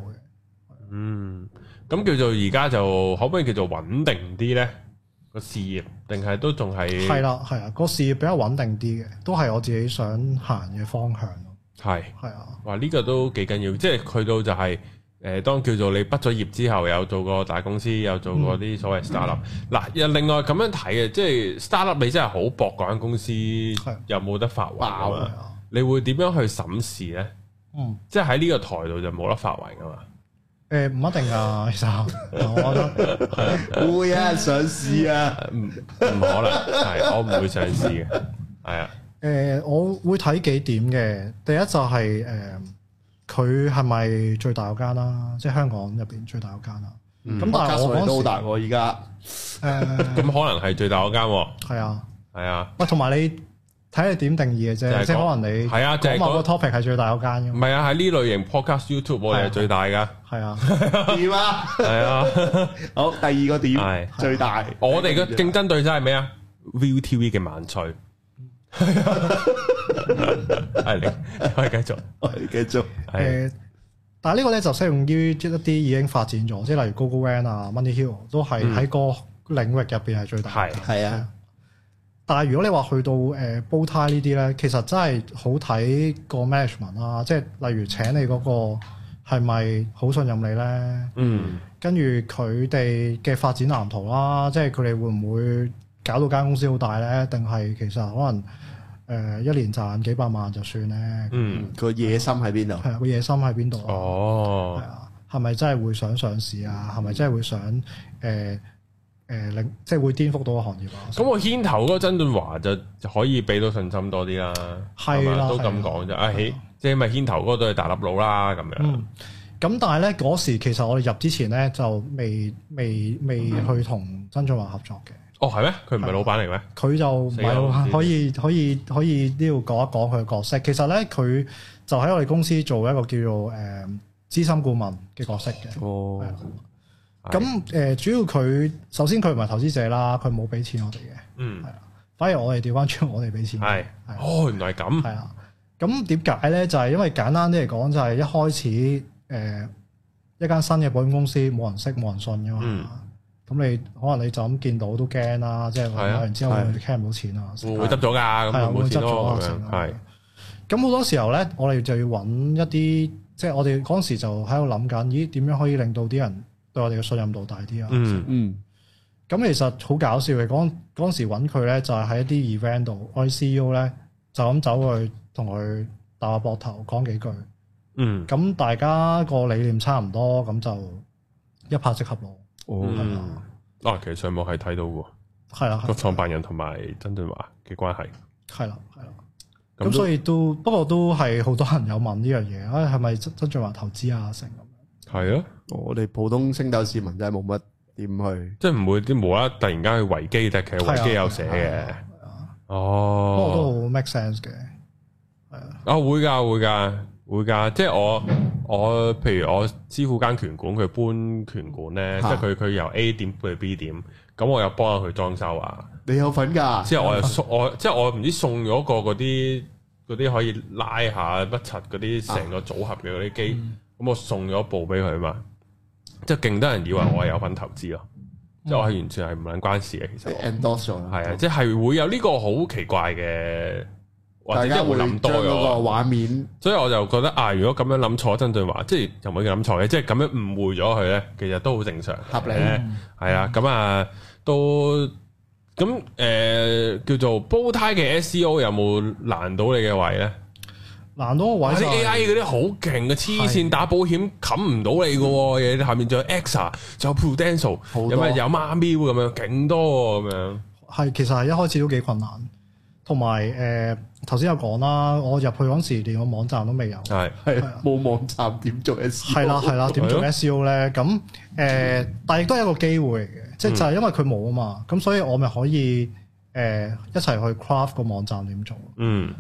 A: 嗯，咁叫做而家就可唔可以叫做穩定啲咧？個事業定係都仲係
C: 係啦，係啊，個事業比較穩定啲嘅，都係我自己想行嘅方向咯。
A: 係
C: 係啊，
A: 哇！呢、個都幾緊要，即係去到就係、誒、當叫做你畢咗業之後，有做過大公司，有做過啲所謂 startup。嗱、又另外咁樣睇嘅，啊即係 startup 你真係好搏嗰間公司有冇得發圍
B: 爆
A: 啊
C: 係
A: 嘛？
C: 啊，
A: 你會點樣去審視呢？
C: 嗯，
A: 即係喺呢個台度就冇得發圍噶嘛？
C: 誒唔一定㗎， *laughs* 其實我覺得
B: 會啊，想試
A: *laughs*
B: 啊，
A: 唔唔可能，係我唔會上市嘅，係啊，
C: 誒、我會睇幾點嘅。第一就係、誒，佢係咪最大嗰間啦？即係香港入邊最大嗰間啦。
A: 嗯
C: 咁但係我嗰
B: 都好
C: 時
B: 大喎，而家
C: 誒
A: 咁可能係最大嗰間喎，
C: 係啊，
A: 係啊，
C: 喂，同埋你睇你點定義嘅
A: 就係
C: 啫，即係可能你
A: 係啊就係
C: 講某個
A: 嗰
C: topic 係最大嗰間
A: 唔
C: 咁，
A: 係啊，喺呢類型 podcast YouTube 我哋係最大噶，
C: 係啊，
B: 掂啊！
A: 係啊，
B: 好，第二個點
A: 係
B: 最大，
A: 我哋
B: *laughs*
A: 嘅競爭對手係咩啊？ViuTV 嘅晚
C: *laughs*
A: 趣，係你可以繼續，
B: 我哋繼續
A: 係
C: 誒，呃但係呢個咧就適用於一啲已經發展咗，即係例如 Google Van 啊、Money Hill 都係喺個領域入邊係最大嘅。
A: 嗯係
B: 係啊，
C: 但係如果你話去到誒、呃煲呔呢啲咧，其實真係好睇個 management 啦，即係例如請你嗰個係咪好信任你咧？
A: 嗯
C: 跟住佢哋嘅發展藍圖啦，即係佢哋會唔會搞到間公司好大咧？定係其實可能誒、呃一年賺幾百萬就算咧？
A: 嗯，
B: 個野心喺邊度？
C: 係啊個野心喺邊度啊？
A: 哦
C: 係，啊，係咪真係會想上市啊？係咪真係會想誒誒、呃令即係會顛覆到個行業啊？
A: 咁我牽頭嗰個曾俊華就可以俾到信心多啲啦，
C: 係
A: 係嘛
C: 啦
A: 都
C: 係啦
A: 咁講啫，啊起即係咪牽頭嗰個都係大粒佬啦咁樣，
C: 嗯，咁但係咧嗰時其實我哋入之前咧就未未未去同曾俊華合作嘅，
A: 哦係咩？佢唔係老闆嚟咩？
C: 佢就唔
A: 死啦我唔
C: 係
A: 知
C: 可以可以可以呢度講一講佢嘅角色。其實咧佢就喺我哋公司做一個叫做誒、呃、資深顧問嘅角色嘅。
A: 哦
C: 係啊咁誒、呃主要佢首先佢唔係投資者啦，佢冇俾錢我哋嘅，
A: 嗯
C: 反而我哋調翻轉我哋俾錢佢。
A: 係，
C: 嗯係
A: 哦原來係咁，
C: 係啊，咁點解咧？就係、因為簡單啲嚟講，就係一開始誒、呃一間新嘅保險公司冇人識冇人信噶
A: 嗯
C: 嘛，咁、你可能你就咁見到都驚啦，即係
A: 係啊
C: 買完之後
B: 係
C: 會唔會 claim 唔到錢啊？
A: 會唔會執咗㗎？咁
C: 係啊，
A: 咪冇錢
C: 會執咗
A: 咯
C: 啊
A: 咁
C: 成
A: 樣，
C: 啊
A: 係。
C: 咁好多時候咧，我哋就要揾一啲，即係我哋嗰陣時就喺度諗緊，咦點樣可以令到啲人對我哋嘅信任度大啲啊？
A: 嗯
B: 嗯，
C: 咁其實好搞笑嘅，嗰嗰陣時揾佢咧就係喺一啲 event 度，我哋 CEO 咧就咁走去同佢打下膊頭講幾句，
A: 嗯
C: 咁大家個理念差唔多，咁就一拍即合咯。
A: 嗯，啊其實上網係睇到喎。
C: 係啦，
A: 個創辦人同埋曾俊華嘅關係。
C: 係啦，係啦。
A: 咁所
C: 咁所
A: 以
C: 以都不過都係好多人有問呢樣嘢，啊係咪曾曾俊華投資啊成咁？
A: 係啊，
B: 我哋普通星斗市民真係冇乜點去。
A: 即係唔會啲無啦啦突然間去維基，但係其實維基有寫嘅。
C: 啊不過
A: 哦，
C: 都好 make sense 嘅。
A: 啊會㗎會㗎會㗎，即係我我譬如我師傅間拳館，佢搬拳館咧，即
B: 嚇
A: 係佢佢由 A 點去 B 點，咁我又幫下佢裝修啊。
B: 你有份㗎？
A: 之後我又送我即係我唔知送咗個嗰啲嗰啲可以拉下不柒嗰啲成個組合嘅嗰啲機，
B: 啊
A: 咁我送咗部俾佢嘛，即係勁得人以為我係有份投資咯，
B: 嗯
A: 即係我係完全係唔撚關事嘅，其
B: 即
A: 實
B: 係
A: 我
B: endorse 咗啦
A: 係啊，，即係會有呢個好奇怪嘅，或
B: 大
A: 者即
B: 家
A: 係
B: 會
A: 會
B: 將
A: 諗多
B: 嗰個
A: 咗，
B: 畫面
A: 所以我就覺得啊，如果咁樣諗錯曾俊華，即係又唔會諗錯嘅，即係咁樣誤會咗佢咧，其實都好正常。
B: 合理。嗯
A: 誒係啊，咁啊都咁誒叫做煲胎嘅 SEO 有冇難到你嘅位咧？
C: 難到個
A: 或
C: 位
A: 者
C: 就係
A: AI 嗰啲好勁嘅黐線打保險冚唔到你嘅喎，嘢下面仲有 EXA，仲有 Prudential，
B: 好多
A: 有咩有 m 喵咁樣，勁多喎咁樣。
C: 係其實係一開始都幾困難，同埋誒頭先有講啦，我入去嗰陣時連個網站都未有，
A: 係
B: 係啊冇網站點做 S？
C: *laughs* 係啦係啦，點做
A: 係咯
C: SEO 咧？咁誒、呃但係亦都係一個機會嚟嘅，即係就係因為佢冇啊嘛，咁所以我咪可以誒、呃一齊去 craft 個網站點做。
B: 啊
A: 嗯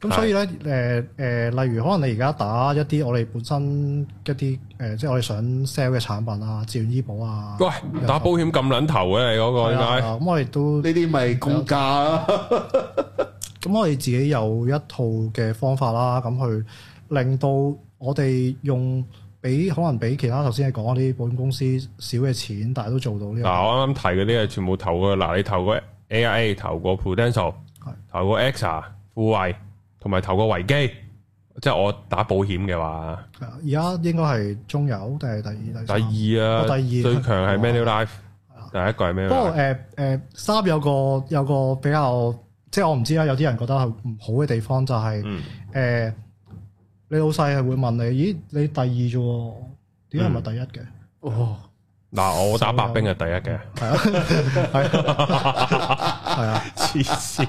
C: 咁所以咧，誒誒、例如可能你而家打一啲我哋本身一啲誒、呃即係我哋想 sell 嘅產品啊，自願醫保啊，
A: 喂，打保險咁撚頭嘅你嗰個
C: 係
A: 點
C: 啊
A: 解？
C: 咁我哋都
B: 呢啲咪公價啦，
C: 咁我哋自己有一套嘅方法啦，咁去令到我哋用比可能比其他頭先你講嗰啲保險公司少嘅錢，但係都做到呢、
A: 嗱，我啱啱提嗰啲係全部投過，嗱你投過 AIA，投過 Prudential，
C: 係
A: 投過 EXA、富衛，同埋投過維基，即係我打保險嘅話，
C: 個。而家應該係中油定係第二、第
A: 第
C: 三。
A: 二啊，
C: 我第二
A: 最強係 Manulife，
C: 啊
A: 第一個係咩？
C: 不過誒誒，三、有個有個比較，即係我唔知啦，有啲人覺得係唔好嘅地方就係、
A: 嗯
C: 誒、你老細係會問你，咦，你第二啫喎，點解唔係第一嘅？
B: 哦，
A: 嗱，我打白冰係第一嘅，
C: 係、啊，係啊，係啊，
A: 黐線，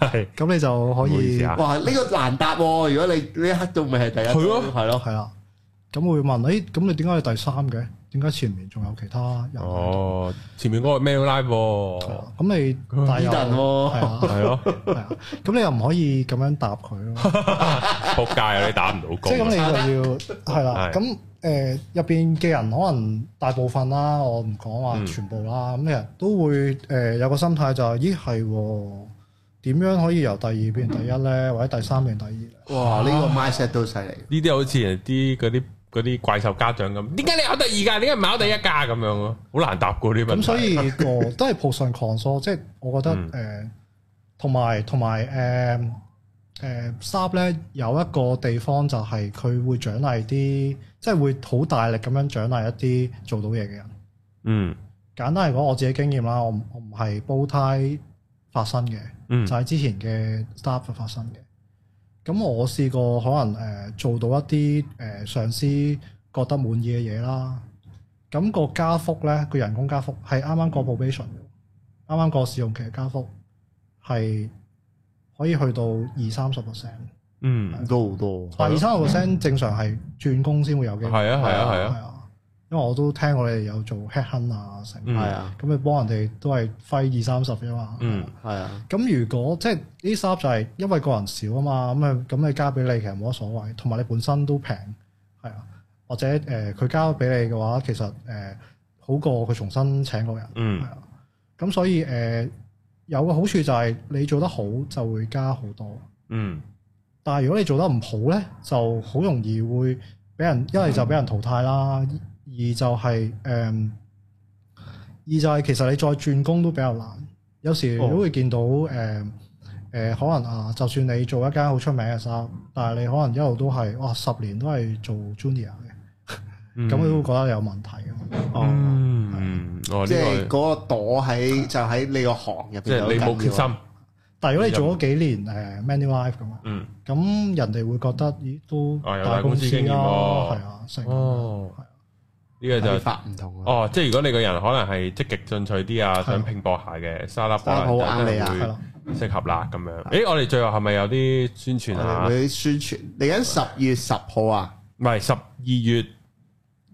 A: 係
C: 咁你就
A: 唔
C: 可
A: 好意
C: 以
A: 思啊
B: 哇！呢個難答喎，如果你呢一刻都未係第一，
A: 係咯
B: 係咯，
C: 係啦。咁會問，誒、咁你點解係第三嘅？點解前面仲有其他
A: *laughs*
C: 人？
A: 哦，前面嗰個 mail live
C: 係
A: 喎
C: 啊，咁你大
B: 伊頓喎
C: 係啊
A: 係咯，
C: 係啊，咁你又唔可以咁樣答佢
A: *laughs*
C: 咯。
A: 仆街啊！你打唔到
C: 即係咁，
A: 工
C: 你
A: 啊，
C: 就要係啦
A: 係。
C: 咁誒入邊嘅人可能大部分啦，我唔講話
A: 嗯
C: 全部啦。咁其實都會誒、有個心態就係、咦係喎點樣可以由第二變第一咧，或者第三變第二呢？
B: 哇！呢個 mindset 都犀利。
A: 呢啲好似啲嗰啲嗰啲怪獸家長咁，點解你考第二㗎？點解唔考第一㗎？咁樣咯，好難答過呢啲問題。
C: 咁所
A: *laughs*
C: 以個都係 p 上 console，即係我覺得
A: 嗯
C: 誒，同埋同埋誒誒 Sub 咧有一個地方就係佢會獎勵啲，即係會好大力咁樣獎勵一啲做到嘢嘅人。
A: 嗯
C: 簡單嚟講，我自己經驗啦，我唔我唔係煲胎發生嘅，
A: 嗯
C: 就係之前嘅 staff 發生嘅。咁我試過可能誒、呃做到一啲誒、呃上司覺得滿意嘅嘢啦，咁、個加幅咧，個人工加幅係啱啱
A: 嗯
C: 過 probation，嘅啱啱過試用期嘅加幅係可以去到二三十 percent，
A: 嗯，
B: 都好多。
C: 但二三十 percent 正常係轉工先會有嘅，
A: 係啊係啊係啊，
C: 啊，因為我都聽過你哋有做 head hunt 啊成。
A: 嗯
B: 係啊，
C: 咁你幫人哋都係揮二三十啫嘛。
A: 嗯
B: 係啊，
C: 咁如果即係呢三就係因為個人少啊嘛，咁啊咁你交俾你其實冇乜所謂，同埋你本身都平，係啊，或者誒佢、交俾你嘅話，其實誒、呃好過佢重新請個人，係
A: 嗯
C: 啊。咁所以誒、呃有個好處就係你做得好就會加好多，
A: 嗯
C: 但係如果你做得唔好咧，就好容易會俾人一係就俾人淘汰啦，二就係、誒、二就係其實你再轉工都比較難。有時
B: 哦
C: 都會見到誒誒、可能啊，就算你做一間好出名嘅 shop，但係你可能一路都係哇十年都係做 junior 嘅，
A: 嗯，
C: 咁佢都會覺得你有問題嘅。
B: 哦，
A: 嗯，哦，呢
B: 即係
A: 個
B: 嗰個朵喺就喺你個行入邊，
A: 即係你冇決心，
C: 但係如果你做咗幾年誒、Manulife 咁啊，
A: 嗯，
C: 咁人哋會覺得咦都
A: 啊有
C: 大
A: 大公
C: 公
A: 司
C: 司
A: 經驗
C: 啦，
A: 喎
C: 係啊，成
A: 哦，呢個
B: 睇
A: 就。
B: 法唔同啊。
A: 哦，即係如果你個人可能係積極進取啲啊，想拼搏下嘅，沙拉可能就
B: 沙拉好啱你啊
A: 真
C: 係
A: 係
C: 啦。
A: 會適合啦咁樣。誒，我哋最後係咪有啲宣傳
B: 我
A: 啊
B: 哋？會宣傳嚟緊十月十號啊，
A: 唔係十二月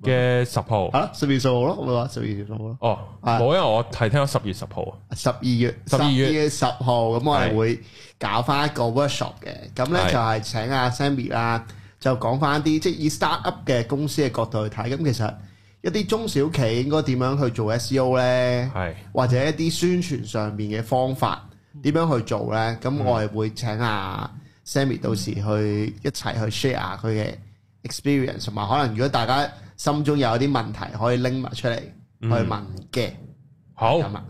A: 嘅十號。
B: 係咯，十月十號咯，我話十二月十號咯，
A: 哦，
B: 啊
A: 冇，因為我係聽到十月十號啊。
B: 十二月
A: 十二月
B: 十號咁，我
A: 係
B: 哋會搞翻一個 workshop 嘅，咁
A: 係
B: 咧就係請阿 Sammy 啦，就講翻啲即係以 start up 嘅公司嘅角度去睇，咁其實一啲中小企應該點樣去做 E SEO 咧？
A: 係，
B: 或者一啲宣傳上面嘅方法點樣去做呢？咁我哋會請阿 Sammy 到時去一齊去 share 佢嘅 experience，同埋可能如果大家心中有啲問題，可以拎埋出嚟去問嘅。
A: 好。
B: 咁啊，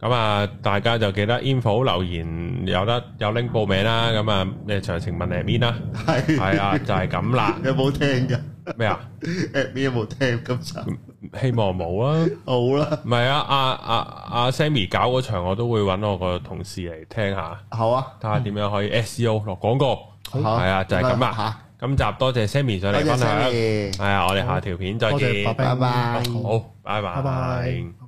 A: 咁啊，大家就記得 info 留言有得有拎報名啦。咁啊，你詳情問 admin 啦。
B: 係
A: 係啊，就係咁啦。
B: 有冇聽㗎
A: 咩啊？
B: ？Admin 有冇聽今集？
A: 嗯希望冇啊。
B: 好啦，
A: 唔係啊，阿阿阿 Sammy 搞嗰場，我都會揾我個同事嚟聽下，
B: 好啊，
A: 睇下點樣可以 SEO E 落廣告。
B: 好
A: 係啊，就係咁啦。今集多謝 Sammy 上
B: 嚇
A: 嚟
B: 多
A: 分
B: 謝
A: 享。
B: Sammy，
A: 係啊，我哋下條片再
C: 多謝
A: 見
C: 白。
B: 拜拜
A: 好，拜拜。
C: 拜拜。